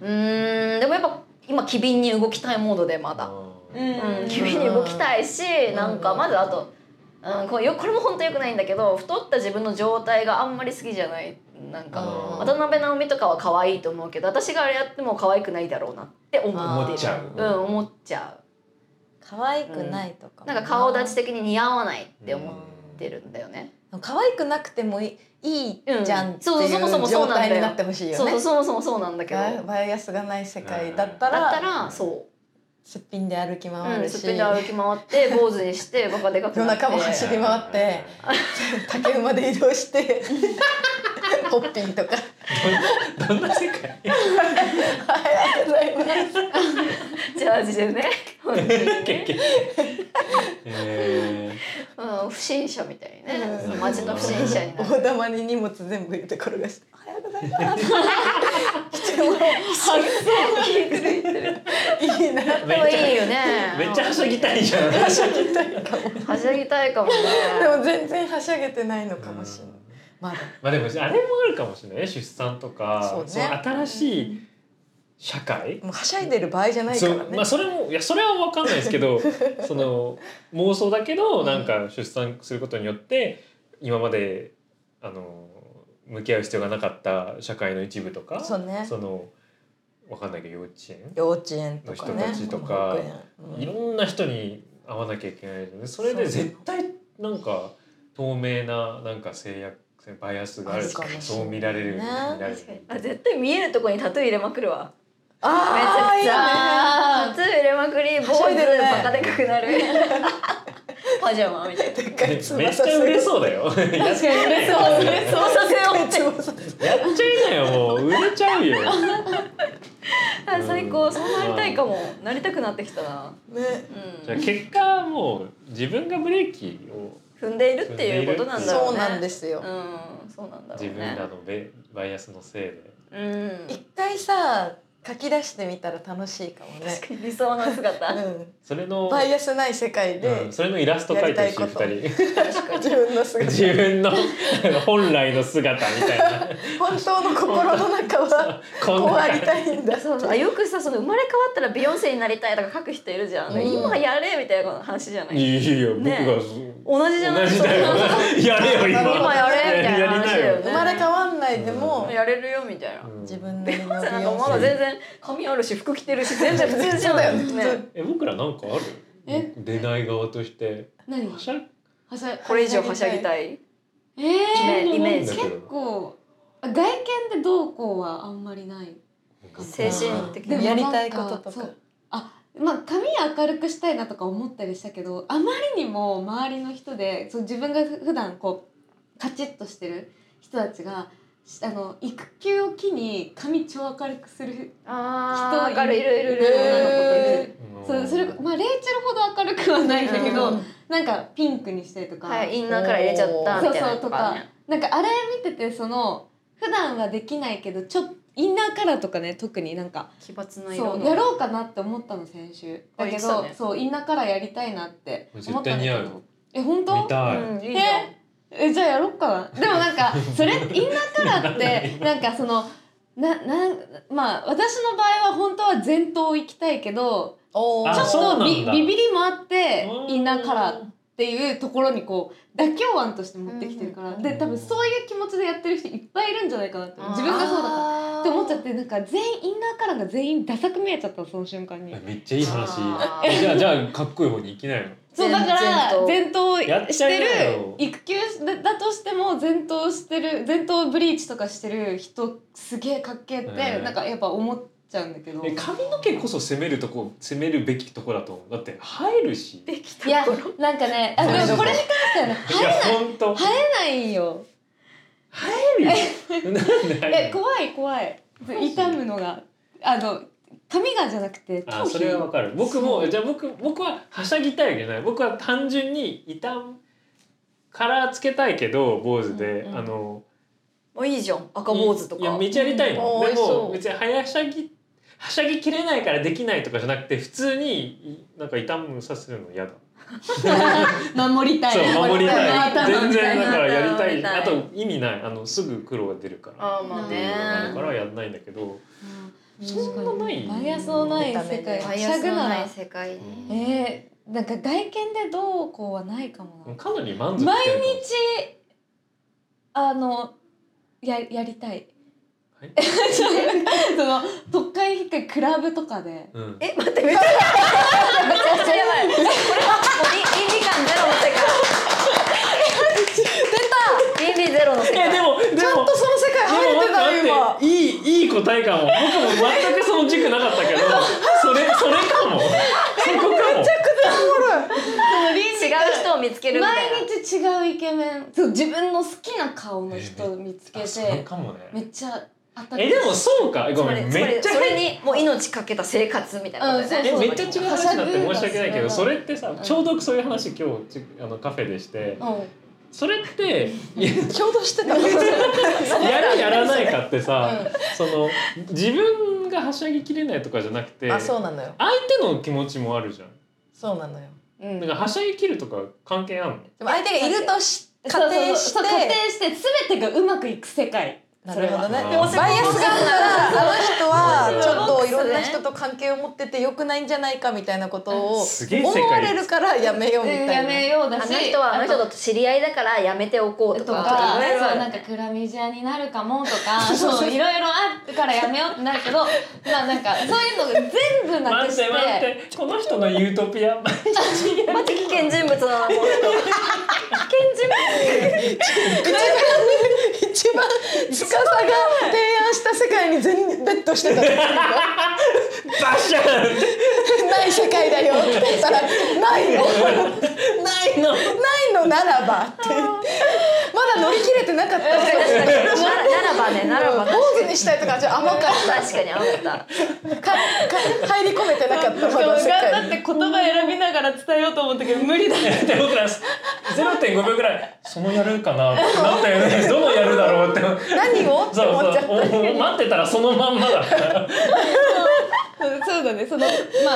ーんでもやっぱ今機敏に動きたいモードでまだ
うん
うん、君に動きたいし、なんかまずあと、うん、これよこれも本当良くないんだけど太った自分の状態があんまり好きじゃないなんか
あー
渡辺直美とかは可愛いと思うけど私があれやっても可愛くないだろうなって思
あ
って
ー
思っちゃう、
るうん思っちゃ
可愛くないとか
う
も、
なんか顔立ち
で
的に似合わないって思ってるんだよね、
可愛くなくてもいいいいじゃんって
う
い
んそうそうそうもそもそう
状
なんだよ
態になってほしいよ
そう
ね
そうそもそもそうなんだけど
バ
だ
バイアスがない世界だった
だ
った
ら
らそ
すっぴんで歩き
う、
回
うん、
る
すっ
し、
ぴんで歩き回って坊主にしてバカでかくなって
夜中も走り回って竹馬で移動して ホッピーとか
どんな世 界
ジャージでね本当にね
え
うん、不審者みたいにね、
うん
街の不審者になる
大玉に荷物全部入れて転がして「おはようござい ます」 いいな
ー、
で
め
も
っち
いい
ゃ
よね
めっちゃはしゃぎたいじ ゃん
はしゃぎたいかもね
でも全然はしゃげてないのかもしれない
うん
まだ
まあでもあれもあるかもしれないね出産とか
そうね
の新しい社会、
もうはしゃいでる場合じゃないか
そ
ら
う
ね
まあそれもいやそれは分かんないです けどその妄想だけどなんか出産することによって今まであの向き合う必要がなかった社会の一部とか
そうね
その分かんないけど幼稚園、
幼稚園とかね
の人たちとか
保育園うん
いろんな人に会わなきゃいけないのでそれで絶対なんか透明ななんか制約バイアスがある
あるかもしれない
そう見られるよう
ね
に見られる
確かにあ絶対見えるとこにタトゥー入れまくるわめち
あ
ゃ
ー
くちゃタトゥー入れまくり坊主
はしゃいでるね
バカでかくなるパジャマみたいな
でっかい
めっちゃ売れそうだよやっちゃいなよ
そうねそうさせよう
やっちゃいなよもう売れちゃうよ
あ最高そうなりたいかもなりたくなってきたな
ね
う
じゃあ
ん
結果もう自分がブレーキを
踏んでいるっていうことなんだろ
そう
ね
うなんです
う
よ
んそうなんだろう
自
ね
分らのベバイアスのせいで
うん
一回さ書き出してみたら楽しいかもね
確かに理想の姿
う
それの
んバイアスない世界
う
で
ん、それのイラスト描いて
や
ほ
り
した
い
い二人
確かに
自分の姿
自分の本来の姿みたいな
本当の心の中は
こん
こう
な
ありたいんだ
そうそうあよくさその生まれ変わったらビヨンセになりたいとか書く人いるじゃん、
うん
今やれみたいな話じゃない
いやいや僕
ね
が
同じじゃない
同じだよ
そう
やれよ今
今やれみたいな話だよね
生まれ変わんないでも
やれるよみたいな、
うん
自分なりの
なんか
美
まだ
容
全然髪あるし服着てるし全然普通 じゃん
だよね
え僕らなんかある出ない側として
何
はしゃい
はしゃ
これ以上はしゃぎたい
え
ね
ー、
イメージ
結構あ外見でどうこうはあんまりないかも
精神的
でも
に
やりたいこととか
そうあまあ髪明るくしたいなとか思ったりしたけどあまりにも周りの人でそう自分が普段こうカチッとしてる人たちがしあの育休を機に髪超明るくする
あ
人
明るいるいるいる
女の子といる
うん
そうそれまあレイチェルほど明るくはないんだけど、
うん
なんかピンクにしたりとか、
はいインナーから入れちゃった
そ
み
う
たい
そ
な
うと
と
か
か、ね
なんかあれ見ててその普段はできないけどちょっとインナーカラーとかね特になんか
奇抜な
そ
色
う
の
やろうかなって思ったの先週
あ
だけ
言っ
ど、
てたね
そうインナーカラーやりたいなって思
絶
った
対
ん
似
だけ
合う
どえ本
見
当
たい、
うんいいじゃん
ええじゃあやろっかなでもなんかそれインナーカラーってなんかそのななんまあ私の場合は本当は前頭行きたいけど
お
ちょ
あ
っ
そう
と
なん
ビ
だ
ビビりもあって
うん
インナーカラーっていうところにこう妥協案として持ってきてるから、
うんうん
で多分そういう気持ちでやってる人いっぱいいるんじゃないかなって
あー
自分がそうだから
ら
って思っちゃってなんか全員インナーカラーが全員ダサく見えちゃったのその瞬間に
えめっちゃいい話
あ
えじゃあじゃあかっこいい方に行きなよ
そうだから前
前
頭
やっ
し
ちゃ
て
いなよ
る育休だだとしても前頭してる前頭ブリーチとかしてる人すげえかっけえって、
えー
なんかやっぱ思っちゃうんだけど
え髪の毛こそ攻めるとこ攻めるべきとこだと思うだって生えるしい
いやなんかねあでもこれに関してはね生
や
え
本当生
ないよ
えるよ なんで生え
え
るの
怖い怖い痛むのがあの髪がじゃなくて
あ
頭
そ
皮
れ はわかる僕もじゃあ僕僕ははしゃぎたいわけじゃない僕は単純に痛んカラーつけたいけど坊主で、
うんうん
あの
あいいじゃん赤坊主と
いや
か
めっちゃやりたいの、
うんあ
で
美味しそ
も
う
別にはしゃぎはしゃぎきれないからできないとかじゃなくて普通にいなんか痛むさせるの嫌だ
守りたい
そう守りたい
頭
全
みたい
然
な
だからやりた
やり
い
たい
あと意味ないあのすぐ黒が出るから
あーまあね
だからやんないんだけどそんなない
バイアスのない世界
バ
は
イ
し
ア
ゃ
ス
ぐ
の
な
ない
ら
世界ね
う
えー、なんか外見でどうこうはないかもな
かなり満足
毎
してると思う
日あのややりたい
はい
その都会低いクラブとかで
うん
え待ってめっちゃめちゃくちゃやばいこれはもう倫理観ゼロの世界出た倫理ゼロの世
えで
界
もでも
その世界
で
入れ
も
てた
待って
よ
待っていいいい答えかも僕も全くその軸なかったけどそれそれかもそこかも
違う人を見つけるみたいな
毎日違うイケメンそう自分の好きな顔の人を見つけ
あそれ
て
かも
め
ね
っちゃ当た
えでもそうかごめん
つまり
めっちゃ
それそれにもう命かけた生活みたいなことだよね
え
そう
めっちゃ違う話になって申し訳ないけど
はしゃぐ
それってさ
ん
ちょうどそういう話今日ちあのカフェでして
うん
それっていや
ちょうどしてた
やるやらないかってさ
うん
その自分がはしゃぎきれないとかじゃなくて
あ
相
そうなのよ
手の気持ちもあるじゃん
そうなのよ
うん
だからはしゃぎきるとか関係あんの
でも相手がいるとし
そう
仮
そ
定
うそう
し
仮定
て
して全てがうまくいく世界
なるほどね
そ
で
れは
もバイアスがあったらあの人はちょっ
ボッ
と
クス
いろんな人と関係を持ってて良くないんじゃないかみたいなことを
すげえ世界
思われるからやめようみ
や
た
め
い
ようだし
あの人はあの人と知り合いだからやめておこうと
と
か
か、
ね
そうなんかクラミジアになるかもとか、そういろいろあるからやめようってなるけど、まあなんかそういうのが全部な
待
く
っ
して
て待っ
で
てこの人のユートピア
マジ危険人物だなこの人危険人物
な一番司が提案した世界に全ベットしてた
バシャン
ない世界だよって言ったらないの
ないの
ないのならばって言ってまだ乗り切れてなかった
確かに確かになならばねならば
坊主にしたいとかじゃ甘かっ
確かにあった
たかか入り込めてなかったまだ世界に
って言葉選びながら伝えようと思ったけど無理だ。
で僕ら0.5秒ぐらいそのやるかなってなったよねどのやるだろうって
何をって
そう
思っちゃっ
そう
た
お待ってたらそのまんまだった
そうだね。そのま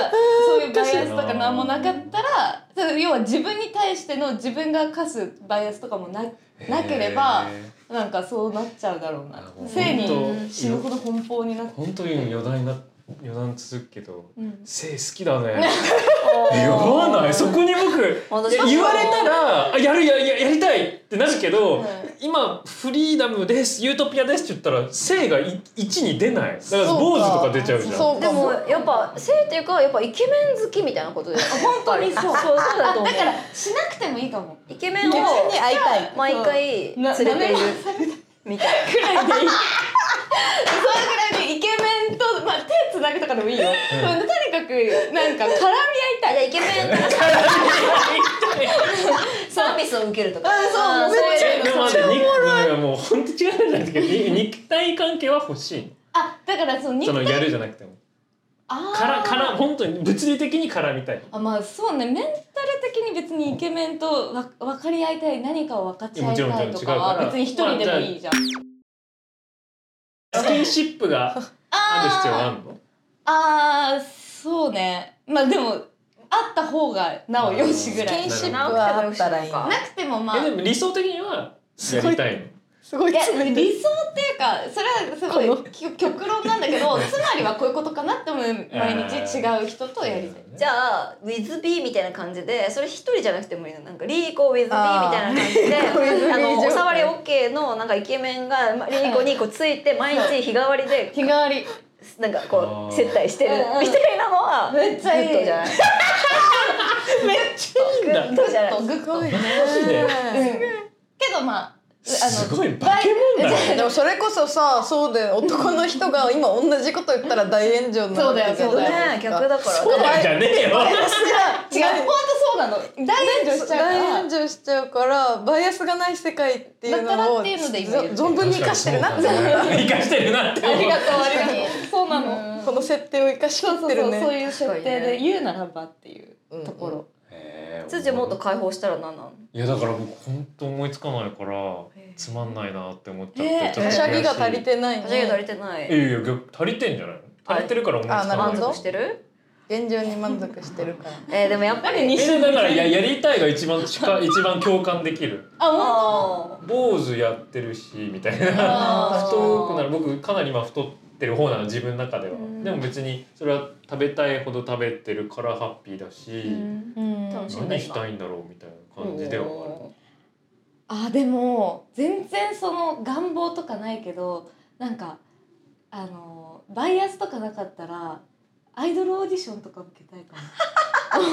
あそういうバイアスとかなんもなかったら、そう要は自分に対しての自分が課すバイアスとかもななければ
へー。
なんかそうなっちゃうだろうな
あもう。
性
本当
に死ぬほど奔放になって。
本当に余談な余談続くけど
うん
性好きだ ね 言わないそこに僕
私
いや
も
言われたらあやるやややりたいってなるけど、
うん
今フリーダムですユートピアですって言ったら性がい1に出ないだから
そうか
坊主とか出ちゃうじゃん
そう
で
か
も
も
やっぱ性っていうかやっぱイケメン好きみたいなことで本当にそうそうそうだと思う
だからしなくてもいいかも。
イケメンを
に会いたい
毎回連れているみたいな
くらいでいいそれぐらいでイケメンと、まあ、手つなぐとかでもいいよ、とにかくなんか絡み合いた
あ
い
じゃあイケメンからサービスを受けるとか
あそうめっちゃ
でも待ってになんかもう本当違うじゃないですけどに肉体関係は欲しい
あだからその
のそ
肉
のやるじゃなくても
あー
からから本当に物理的に絡みたい
あまあそうねメンタル的に別にイケメンとわ分かり合いたい何かを分かち合いた
いや
いとか
もちろんもちろん違うから
は別に一人でもいいじゃん、
スキンシップがある必要はあ
あ
るの
あーそうねまあでもあった方がなおよしぐらい
スキンシップ
な
はあったらいい
な
なくてもまあ
えでも理想的にはやりたいの
すごい
いや
冷
理想
た
っ
い
ていうかそれはすご
こ
いき極論なん だけどつまりはこういうことかなって思う毎日違う人とやりたい。
じゃあ WithB みたいな感じでそれ一人じゃなくてもいいのなんかリーコ WithB みたいな感じで
あー with me
あの
状態
おさわり OK のなんかイケメンがまリーコにこうついて毎日日替わりで
日替わり
なんか
あ
こ
ー
う接待してるみたいなのは
めっちゃいい
グッドじゃないめっちゃいいんだグッドじゃない
とグッと。
マジで
けどまあうあ
すごい化
バイ
け物だ
でもそれこそさそうだよ男の人が今同じこと言ったら大炎上になるって
そうだよそうだ
ね逆だから
そうなんじゃねえよ
違う本当そうなの大炎上しち
大
ゃう
炎上しちゃうからバイアスがない世界っていう
だから
の
っ
を
ていうので今言う
存分に生かしてるなって思う
生かしてるなって
からあ
思
り
う
がとうありがとうそうなの
この設定を生かしき
そう
っ
そう
て
そ
る
うそう
ね
いう設定で言うならばっていうところ
えー
辻もっと解放したら何なの
いやだから僕本当思いつかないからつまんないなって思っちゃっ
ね
てち
え
ょっ
は
と悔
し
し
ゃぎ
い
が足りてない
稼ぎが足
ね
りてない
いやいや逆足りてんじゃないの足りてるから思いつかない
あなる
満
ほ
足
ど
してる
現状に満足してるから
えーでもやっぱり
えーだからややりたいが一番近い一番共感できる
あ
あ
坊主やってるしみたい
も う
な
あ
太くなる僕かなり今太ってる方なの自分の中では
ん
でも別にそれは食べたいほど食べてるからハッピーだし、
楽しみだ
何したいんだろうみたいな感じではある
あでも全然その願望とかないけどなんかあのバイアスとかなかったらアイドルオーディションとか受けたいかも。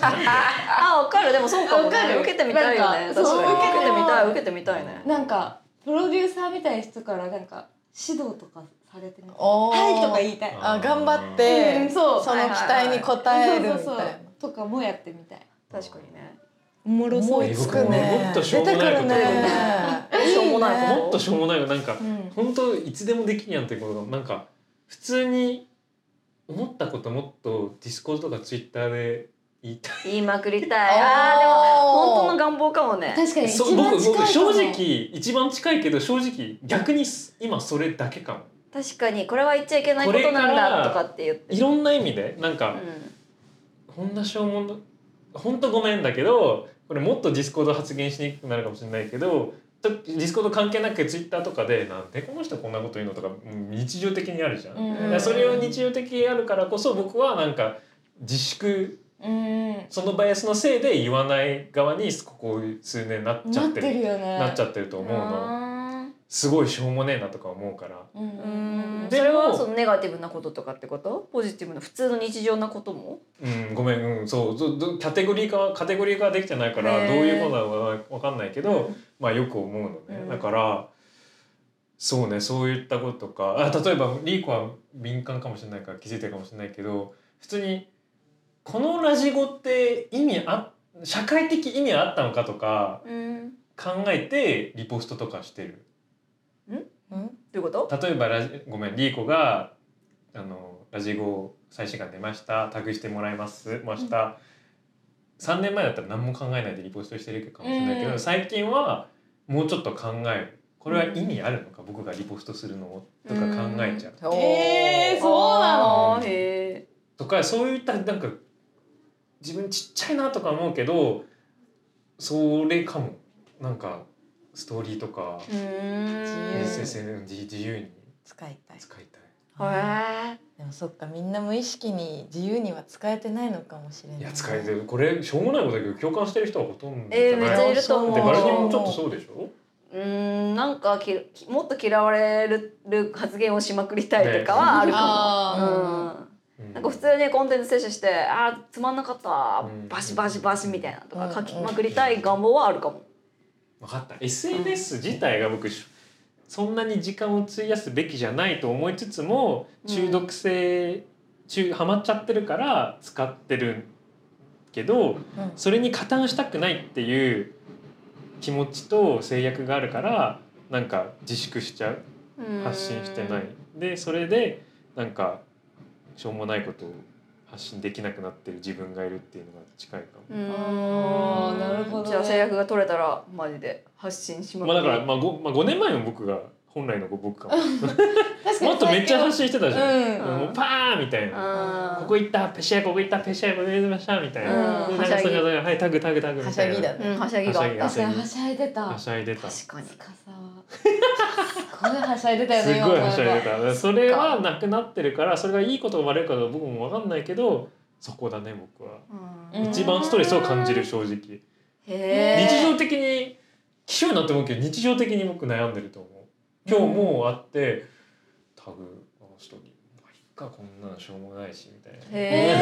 あわかるでもそうかも
わか
ね
る
受けてみたいよ
な
ね
んか
確かに
そう
受けてみたい受けてみたいね
なんかプロデューサーみたいな人からなんか指導とかされてみたい
おー
はいとか言いたい
あ頑張って、
うんそう
その期待に応えるみたいな、
とかもやってみたい
確かにね
おもろ
そう僕ねもっとしょうもないこと
出てくるね
しょうもない
もっとしょうもないがなんか、
ん
本当いつでもできんやんってことがなんか普通に思ったこともっとディスコードとかツイッターで言いたい
言いまくりたいあーでも本当の願望かもね
確かに一
そう僕
番近いかも
僕正直一番近いけど正直逆にす今それだけかも
確かにこれは言っちゃいけないことなんだとかって言って
いろんな意味でなんか、こんなしょうもな本当ごめんだけどこれもっとディスコード発言しにくくなるかもしれないけどとディスコード関係なくツイッターとかでなんでこの人こんなこと言うのとかうん日常的にあるじゃん、
うん
だからそれを日常的にあるからこそ僕はなんか自粛
うん
そのバイアスのせいで言わない側にここ数年なっちゃ
な
っ
ってて
る
るよね
なっちゃってると
う
思うの
ん
すごいしょうもねえなとか思うから
うん
う
うん
ん
で
それは
も
そのネガティブなこととかってことポジティブな普通の日常なことも
うん、ごめん、うん、そうどどキャテゴリー化カテゴリー化はできてないから
へー
どういうことなのかわかんないけど、まあよく思うのね、
うん
だからそうねそういったことかあ例えばリーコは敏感かもしれないから気づいてるかもしれないけど普通にこのラジゴって意味あ社会的意味あったのかとか
うん
考えてリポストとかしてる
どういうこと
例えばラジごめんリーコがあのラジゴ最新刊出ましたタグしてもらいますました、3年前だったら何も考えないでリポストしてるかもしれないけど、
うん
最近はもうちょっと考えるこれは意味あるのか、僕がリポストするのをとか考えちゃう、
おー
えーそうなの
あーへ
とかそういったなんか自分ちっちゃいなとか思うけどそれかもなんかストーリーとか、
えう
うん
SSN 自自由に
使いたい
使いたい
へ
でもそっかみんな無意識に自由には使えてないのかもしれない
いや使えてるこれしょうもないことだけど共感してる人はほとんどじ
ええ
ゃ
ーめっ
ない
ちゃいると思う
でバルニーもちょっとそうでしょ
うーんなんかききもっと嫌われるる発言をしまくりたいとかはあるかも、うん、なんか普通にコンテンツ摂取して「あーつまんなかった
うん
バシバシバシ」みたいなと
う
か
ん
書きまくりたい願望はあるかも。
分かった SNS 自体が僕そんなに時間を費やすべきじゃないと思いつつも
うん
中毒性中ハマっちゃってるから使ってるけど
うん
それに加担したくないっていう気持ちと制約があるからなんか自粛しちゃう発信してないでそれでなんかしょうもないことを発信できなくなってる自分がいるっていうのが近いか
うーん
あーなるほどね
じゃあ制約が取れたらマジで発信し
も、
ま
まあ
く
だ
り
から、まあ、ごまあ、5年前も僕が本来の僕かも
確かに
もっとめっちゃ発信してたじゃん、
うん
もうパーンみたい
あ
な、ここ行ったペシャここ行ったペシャここ行きましたみたいな、
うん
でなんかそれがはいタグタグタグみたいな
はしゃぎだね
うん、はしゃぎがあっ
は
た。
し
確かにはしゃいでた
はしゃいでたす
確かに。
司はすごいはしゃいでたよ
ご
ね
い
今思えば
はしゃいでたそれはなくなってるからそれがいいことが悪いことか僕も分かんないけどそこだね僕は、
うん
うん
一番ストレスを感じる正直、
へ
日
え。
常的に気象になって思うけど日常的に僕悩んでると思う今日もあって、タグあの人に「まあいっかこんなんしょうもないし」みたいな、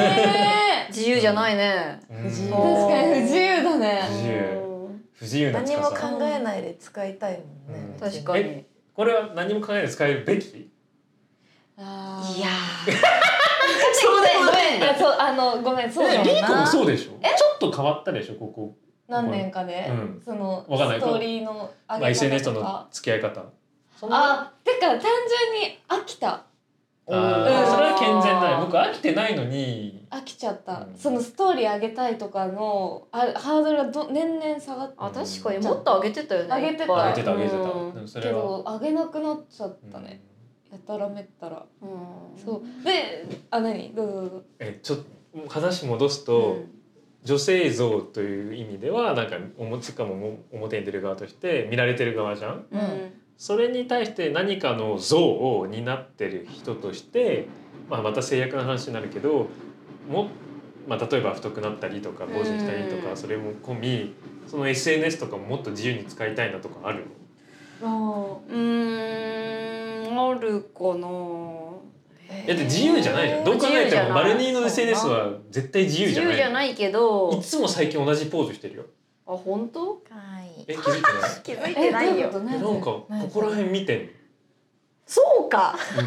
え
自由じゃないね。
うん
不自由
ー、確かに不自由だね
自由不自由な
何
使
も
さ
考えないで使いたいもんね、
うん
確かに。
これは何も考えないで使えるべき
あー
いやー。 そうだよ
あそうあのごめんそうだ
えリ
ね
ーコもそうでしょちょっと変わったでしょここ、
何年かね、
うん
その
わかんない
ストーリーの
ま
上
あ、
げ方
SNS と
と
の
か
付き合い方そんな
あてか単純に飽きた
あー
うん
それは健全だよ僕飽きてないのに
飽きちゃった、
うん
そのストーリー上げたいとかのあハードルがど年々下がっ
あ、確かにもっと上げてたよね。
上げてた
いっぱい
上げてた上げてた、
うん
でもそ
た
れ
け
は
ど上げなくなっちゃっ
うん
たね、やたらめったら
うん
そうであ何どうぞどうぞ
えちょっと話戻すと、女性像という意味ではなんかおもしかもも表に出る側として見られてる側じゃん
うん。
それに対して何かの像を担ってる人として、まあ、また制約の話になるけども、まあ、例えば太くなったりとか
ん
坊主にしたりとかそれも込みその SNS とかももっと自由に使いたいなとかある
あ
うーん、あるかな。
だって自由じゃないじゃんどう考え
自由じ
て
ゃな
も
い
バルニーの SNS は絶対自由じゃない
いけど。
いつも最近同じポーズしてるよ
あ、本当？
かわいい
え気づいてない
気づい
ーえどういうこと
え
何
なんかここら辺見てんの
そうか。
うん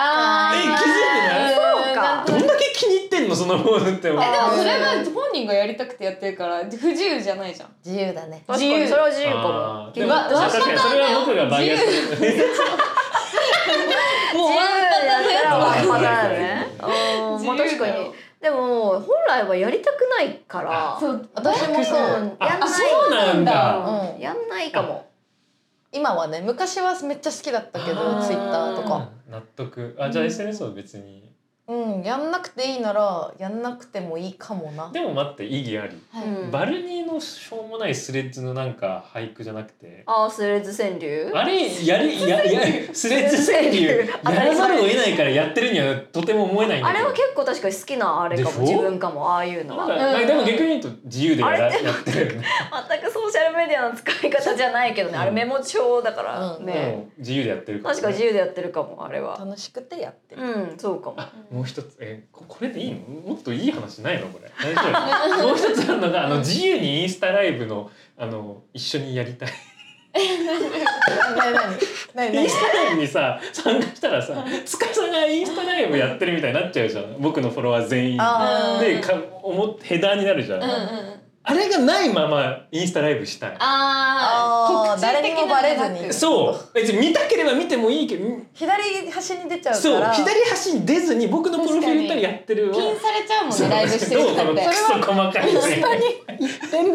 あ
え気づいてない
そう
な
か
んと。な
どん
く
だけ気に入ってんのそのポーズって思う
えでもそれは本人がやりたくてやってるから不自由じゃないじゃん
自由だね
確かにそれは自由
あ
か
ー
も。
でも
わわ
確かにそれは僕がバイアス
自由だ っ
もう
たらワンパターンね。うん、
自
まあ
由だ
確
よ
かに。でも本来はやりたくないから。
あ
そう
私
私
も
も
そ
そうう
やん
あ
ない。
そうなんだ
だうん
やんないかも。
今はね昔はめっちゃ好きだったけど
あー
ツイッターとか
納得あじゃあ SNS は別に
うんやんなくていいならやんなくてもいいかもな
でも待って意義あり
はい
うん
バルニーのしょうもないスレッズのなんか俳句じゃなくて
あースレッズ川柳。
あれやりややスレッズ川柳やらざるを得ないからやってるにはとても思えないんだ
あ
け
れ
ど
は結構確かに好きなあれかも
でし
自
ょ
分かもああいうの
なん
は。
か、
うん
でも逆に言うと自由でやら
あ
や
れ
ってるよね
全くソーシャルメディアの使い方じゃないけどね。あれメモ帳だから
うん
で
ね。
も自由でやってるからね
確か自由でやってるかもあれは。
楽しくてやってる
うんそうかも。
あもう一つえここれでいいのもっといい話ないのこれ大丈夫もう一つあるのがあの自由にインスタライブのあの一緒にやりたい
なになになに
イ
な
ン
に
スタライブにさ参加したらさ司がインスタライブやってるみたいになっちゃうじゃん僕のフォロワー全員
あ
でか思っヘダーになるじゃん、
うんうんうん
あれがないままインスタライブしたい
あ
あ
あ
ー誰にもバレずに
そう別に見たければ見てもいいけどうん
左端に出ちゃう
そう
から
左端に出ずに僕のプロフィール行ったらやってるわ
ピンされちゃうもん
そう
ねライブしてる人って
どうこのクソ細かいね
連絡して
うんそう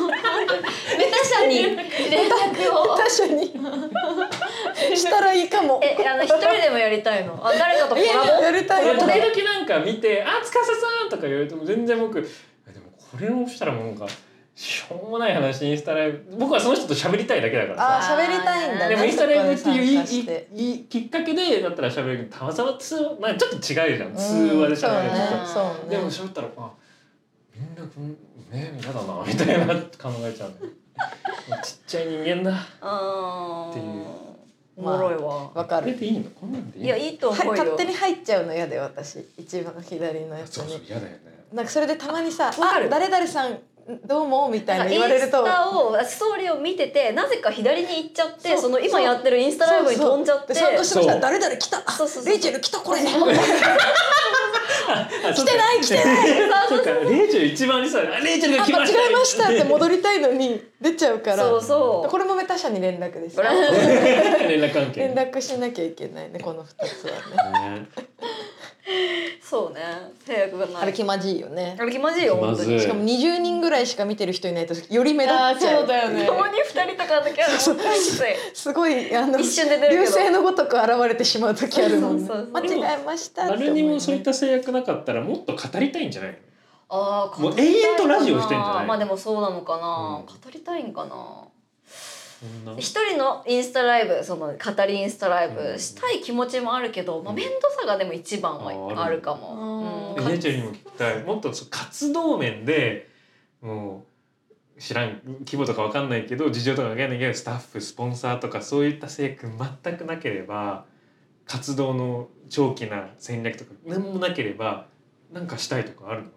本当にメタ社に連絡を
他所に したらいいかも
えあの一人でもやりたいの。あ誰かとコラボ。
やりたい
俺
やり
時
たい
々なんか見て「あ司さん!」とか言われても全然僕えでもこれをしたらもうなんかしょうもない話インスタライブ僕はその人と喋りたいだけだから
あ
さ
ー喋りたいんだね
でもインスタライブっていうい
そ
い
こに参加して
いいいいきっかけでだったら喋るけどたまたま通話なんかちょっと違うじゃん通話で喋る
とか
うんそうねそうね
でも喋ったらあみんなこんね嫌だなみたいな考えちゃうんだよもうちっちゃい人間だ
あ
って
ー
いう
おもろいわ。
わか
これ
る
でいいのこんなんでいい
いや
の
いいと
は
思うよ。
勝手に入っちゃうの嫌で私一番左のやつ
そうそう
に
嫌だよね
なんかそれでたまにさ「
か
あ
る
誰々さんどうも」みたい
な
なん
か
言われると
インスタをストーリーを見ててなぜか左に行っちゃってそ
そう
の今やってるインスタライブに飛んじゃって
そうそうで参加しても
そ
さ
う
誰々来たあ
そうそうそう
レイチェル来たこれ」
来
来てない来てない
そうかレイチェル一番にさあレイチェルが来
間
ました
違えましたって戻りたいのに出ちゃうから
そうそう
これもメタ社に連絡です
これ
連絡関係
連絡しなきゃいけないねこの2つはね
ね
そうね制約が
あ
な
れ
い
気まじいよね
あれ気まじいよ
気ま
本当
ず
に
い
しかも20人ぐらいしか見てる人いないとより目立
あ
っ
ー
ちゃ
そううだよね
たまに2人とかだけあるのきつい
すごいあの
一瞬で出るけど
流星のごとく現れてしまう時あるもんね
そうそうそう
間違えましたって
誰
思う
に
よね
もそういった制約なかったらもっと語りたいんじゃないの
あー
もう永遠とラジオしてんじゃない
まあでもそうなのかな、
う
語
ん
りたいんかな
そんな
一人のインスタライブその語りインスタライブしたい気持ちもあるけど、まあ、面倒さがでも一番
あ
は
ー
あるか
あ
も、
え
う
ー
ん
レイチェルにも聞きたいもっとそう活動面でもう知らん規模とかわかんないけど事情とかわかんないけどスタッフスポンサーとかそういった制約全くなければ活動の長期な戦略とか何もなければ何かしたいとかあるの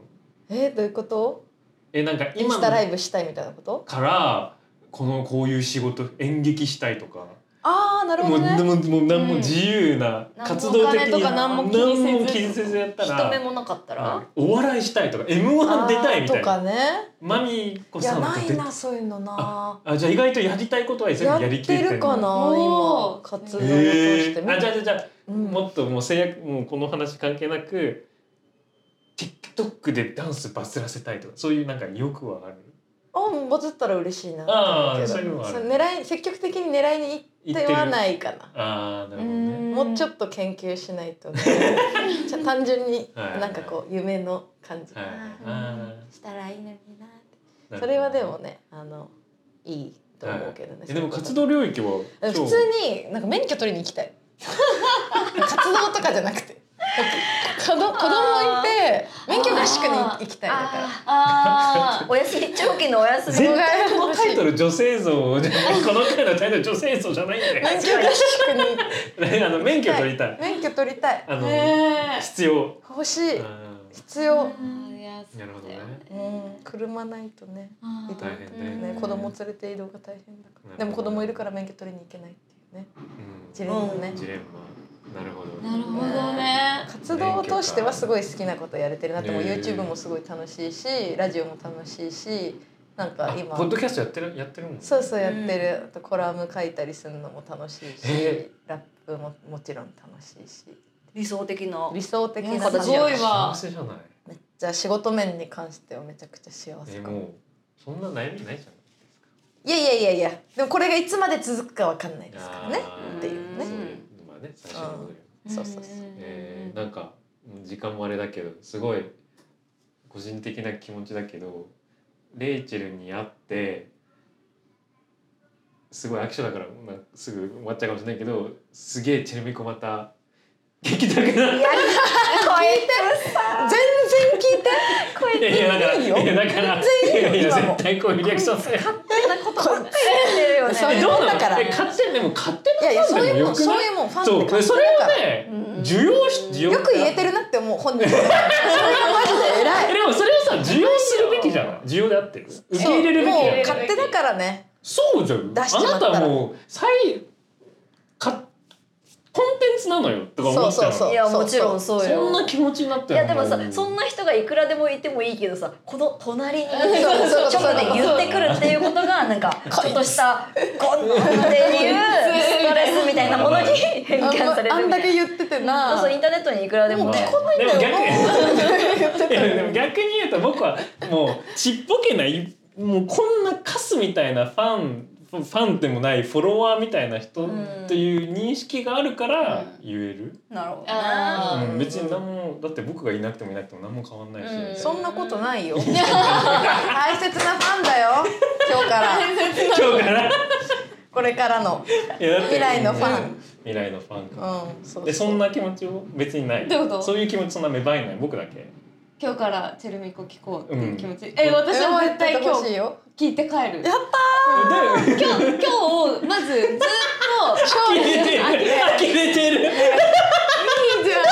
えどういうこと
えなんか
イン
今
ス
の
タライブしたいみたいなこと
からこのこういう仕事演劇したいとか
ああなるほ
も
ど
う
ね
もうもう何も
うん
自由な
何も
活動的
お金と
に
か
何も気にせず
何も気にせずやった
人
ら
目もなかったら、
お笑いしたいとか M1 出たいみたい
と
な
かね
マミコ
い
さ
や
んとか
ない
出
なそういうのな
あじゃあ意外とやりたいことは全
やっ
部やりき
て
れ
るかな
お
今
ー
活動を通
へ
し
え
て
あじゃあじゃあじゃあ、
うん
もっともう制約もうこの話関係なく TikTok でダンスバズらせたいとかそういうなんか欲はある
あバズったら嬉しいな
ああ
けど
そういうのはあ
そ
る
う狙い積極的に狙いに行ってはないかな
ああなるほどね
もうちょっ
っ
と研究しない とねじゃあ単純に
はい
なんかこう夢の感じ、
はい
うん
あ
したらいいのになって
ー
それはで
な
も
る
ねあのいいと思うけどね、
ほどえでも活動領域は
普
超
通になんか免許取りに行きたい活動とかじゃなくて子ど子供いて免許合宿に行きたいだから
あ ーお休み長期のお休み
絶対このタイトル女性像じゃないこの回のタイトル女性像じゃないんだよ
免許合宿に行き
あの免許
たい
取りたい
免許取りたい
あの、
ね
必要
欲し
う
い
ん
必要、
えいや
なるほどね
うん、車ないとね
あ
移動
大変だよね
ね子供連れて移動が大変だか
なるほど
らでも子供いるから免許取りに行けないっていうね
うん
ジレンマね、
ジレンマなるほど
ーなるほどね
活動を通してはすごい好きなことやれてるなってもう YouTube もすごい楽しいしラジオも楽しいしなんか
あ
今
ポッドキャストやってるやってるもんね
そうそうやってる、あとコラム書いたりするのも楽しいし、
え
ラップももちろん楽しいし
理想的な
理想的
い
な
や
形
すごい
幸
わ
せじゃない
めっちゃ仕事面に関してはめちゃくちゃ幸せ
え
か
も
も、
うそんな悩みないじゃ
いやいやいやいやでもこれがいつまで続くかわかんないですか
な
ら
い
ね
あー
っていうね
そういうのはね最初に戻るよ
そうそうそう
えーなんかうん時間もあれだけどすごい個人的な気持ちだけどレイチェルに会ってすごい飽き性だからまあすぐ終わっちゃうかもしれないけどすげえチェルミコまた聞きたくなっ
全然聞い て
たいやいやだから
いいよ
いやだから
全然いいよ
いやいや
今も
絶対こういうリアクションする
てるよね
そういうもんだから
え勝手にでも勝手
いやいや
な
そう
で
い
も
う
よ
もん
く
そ
な
う
い
いうもんファンっ
そ
て
う
感じ
それをね需要し需要
よく言えてるなって思う本人それがマジで偉
え
い
でもそれをさ需要するべきじゃない需要であってる受け入れるべきじゃ
も
な
う
い
勝手だからね
そうじゃん。
出しちまったら
あなたもう最かコンテンツなのよとか思っちゃうの。
そうそうそう
いやもちろんそうよ
そんな気持ちになっ
い
て
やでもさそん
な
な人がいくらでもいてもいいけどさこの隣にちょっと
そうそう
ね言ってくるっていうことが なんかちょっとしたこんっていうストレスみたいなものに変
あん
換
ま
され
あ
る
ん
みた
だ
いな
け言ってて
そ
な
うそうインターネットにいくらでもね
ないでも逆 にいやでも逆に言うと僕はもうちっぽけないもうこんなカスみたいなファンファンでもないフォロワーみたいな人
ん
という認識があるから言える、
なるほどね
あ
うん
ー
別に何もだって僕がいなくてもいなくても何も変わんないし、
うん
そんなことないよ大切なファンだよ今日から
今日から
これからの
いやだって
未来のファン
未来のファン
う
か、
んそう
でそんな気持ちを別にない
どういうこと
そういう気持ちそんな芽生えない僕だけ
今日からチェルミコ聞こうっていう気持ち、え私
そ
は
う
絶対今
しい
日
よ
聞いて帰る
やっ
で
今日今日まずず っと
呆れてる呆れてる
いいじゃな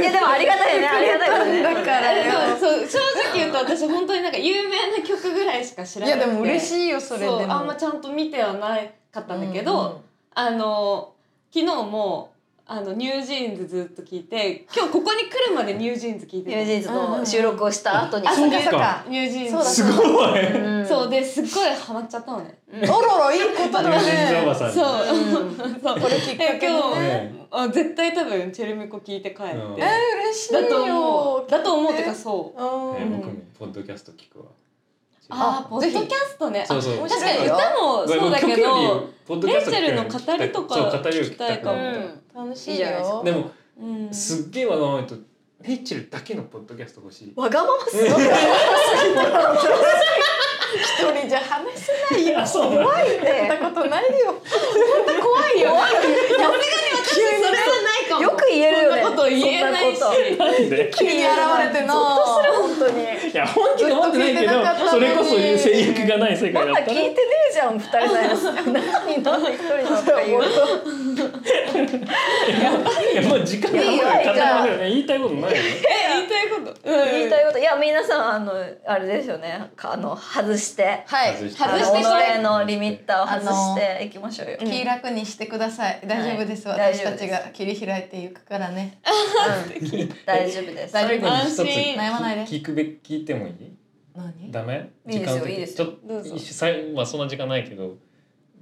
い
やでもありがたいよねありがたいことね
だからよ
そうそう正直言うと私本当になんか有名な曲ぐらいしか知ら
い
な
や
くて
でも嬉しいよそれで
そうあんま
も
ちゃんと見てはなかったんだけど、あの昨日もあのニュージーンズずっと聞いて今日ここに来るまでニュージーンズ聞いて
ニ
た
ュージーンズの収録をした後に
あそう
かそう
かニュージーンズ
そうだ
すごい。
うん
そうですっごいハマっちゃったのね。
あららいいことだ
おば
ね。
さんに。
そうう。
ん
そうこれきっかけで今日
ね
あ絶対多分チェルミコ聞いて帰って、
う
え
ん
ー嬉しいよ。
だと思うだと思うってかそう。
う
ね
ん
僕もポッドキャスト聞くわ。
あーポッドキャストね。
そうそう
あ
面
確
白
か
い
に
よ
歌もそうだけど、
ポッドキ
レ
ャス
イチ
ト
ェルの
聞く
語りとか
そう語りを聞きたくな
う
った
ん
楽し
いい
い
じゃないですか
よ。
でも
うん、
すっげえわがまま言うとレイチェルだけのポッドキャスト欲しい。
わがまますごい。一人じゃ話せないよ。
そうなの。
怖いって。やったことないよ。本当怖いよ。やめ
それはないかも
よく言えるよね。
そんなこと言えないし
そんなこと
なんで
急に現れてな。本当に。
いや本気で思ってないけ
ずっと聞いてなかったの
ど
に
それこそいう制約がない世界
ま
だっ
だ聞
た
い
ら
てねえじゃん二人のやつ。 何何一人のっていう。
いやもう時間がな
い
い
いよ
から
じゃあ
語れないよね言いたいことないよね
え言いたいこと。うん
言いたいこといや皆さんあのあれですよねあの外して
はい。
外して
あの
外して
己
これ
のリミッターを外していきましょうよ、
気楽にしてください。大丈夫です。
はい
私たちが切り開いていくからね。
うん大丈夫です
大丈夫
最後に一つ
安心
悩まないで
聞くべ聞いてもいい
何？
ダメ
いいですよいいですよ
ちょっと
どうぞ
一瞬最後はそんな時間ないけど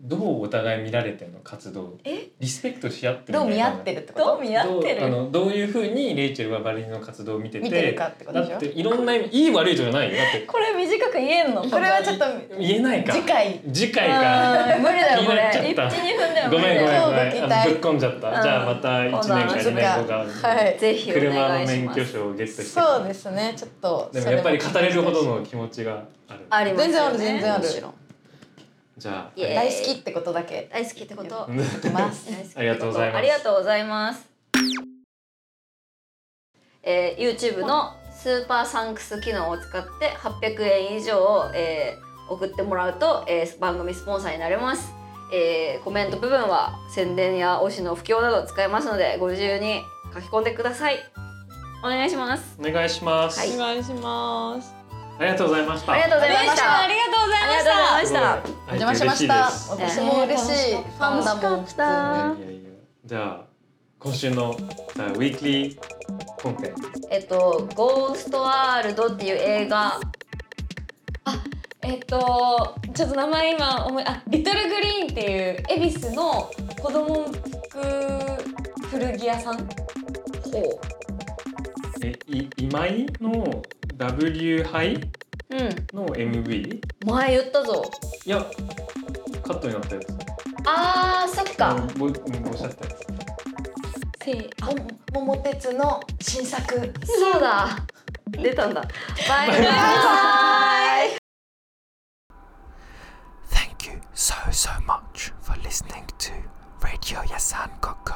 どうお互い見られてんの活動
え
リスペクトし合ってる
ど
ん
う見
だよね
合ってるってこと？
どう見合って
どうあ
る
のどういうふうにレイチェルはバレリーナの活動を見てて
見てるかってことでしょ
だっていろんな意味いい悪いじゃないよだって
これ短く言えんの
これはちょっと
言えないか
次回
次回か
うん無理だよこれ
気に
一
なっちゃった
二分では無
ご
理
めんご
だ
め
よ
そ
んご
う
め
ご期
ん
待
あのぶっこんじゃった、
うん
じゃあまた一年か二年後がある
そっかはい
ぜひお
車の
願いし
免
ま
許
す
証をゲットして
そうですね。ちょっと
でもやっぱり語れるほどの気持ちがある
あります
全然あ
よ
る
ね
全然ある。
じゃあ
イエーイ
大好きってことだけ
大好きってこと
うん
いきます。
ありがとうございます
ありがとうございます。えー、YouTube のスーパーサンクス機能を使って800円以上を、えー送ってもらうと、えー番組スポンサーになれます。えーコメント部分は宣伝や推しの布教など使えますのでご自由に書き込んでください。お願いします。
お願いします、
はい
お願いします。
ありがとうございました
ありがとうござい
レイ
ま
チェ
し
ル
た。
ありがとうございま
あ
し
りがとうござい
た
ま。した
お邪魔しました。
すごい
です
私も嬉しい。フ
ね
ァンだもん。
楽しかっ
いやいやいやじゃあ今週のじゃあウィークリーコンテンツ
えっと「ゴーストワールド」っていう映画
えっとちょっと名前今思いあリトルグリーンっていう恵比寿の子供服古着屋さん
を、
えい今井の W 杯
うん、
の MV い
前言ったぞ
やカットになったやつ
あーそっ
う
か
んぼうんおっしゃったやつ
せー
あ桃鉄の新作。
そうだ出たんだバイバイイ
Thank you so, so much for listening to Radio Yasan Koko.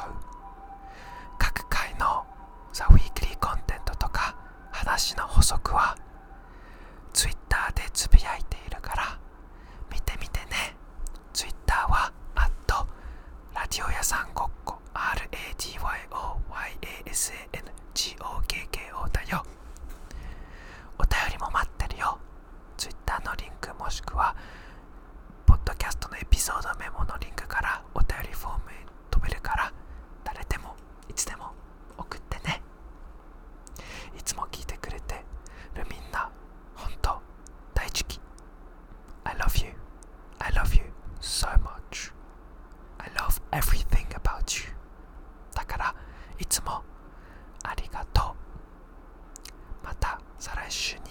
各回のザ・ウィークリーコンテンツとか話の補足は Twitter でつぶやいているから見てみてね。Twitter は Radio Yasan Koko RADYOYASANGOKKO だよ。お便りも待ってるよ。Twitter のリンクもしくはポッドキャストのエピソードメモのリンクからお便りフォームへ飛べるから誰でもいつでも送ってねいつも聞いてくれてるみんな本当大好き I love you I love you so much I love everything about you だからいつもありがとうまた再来週に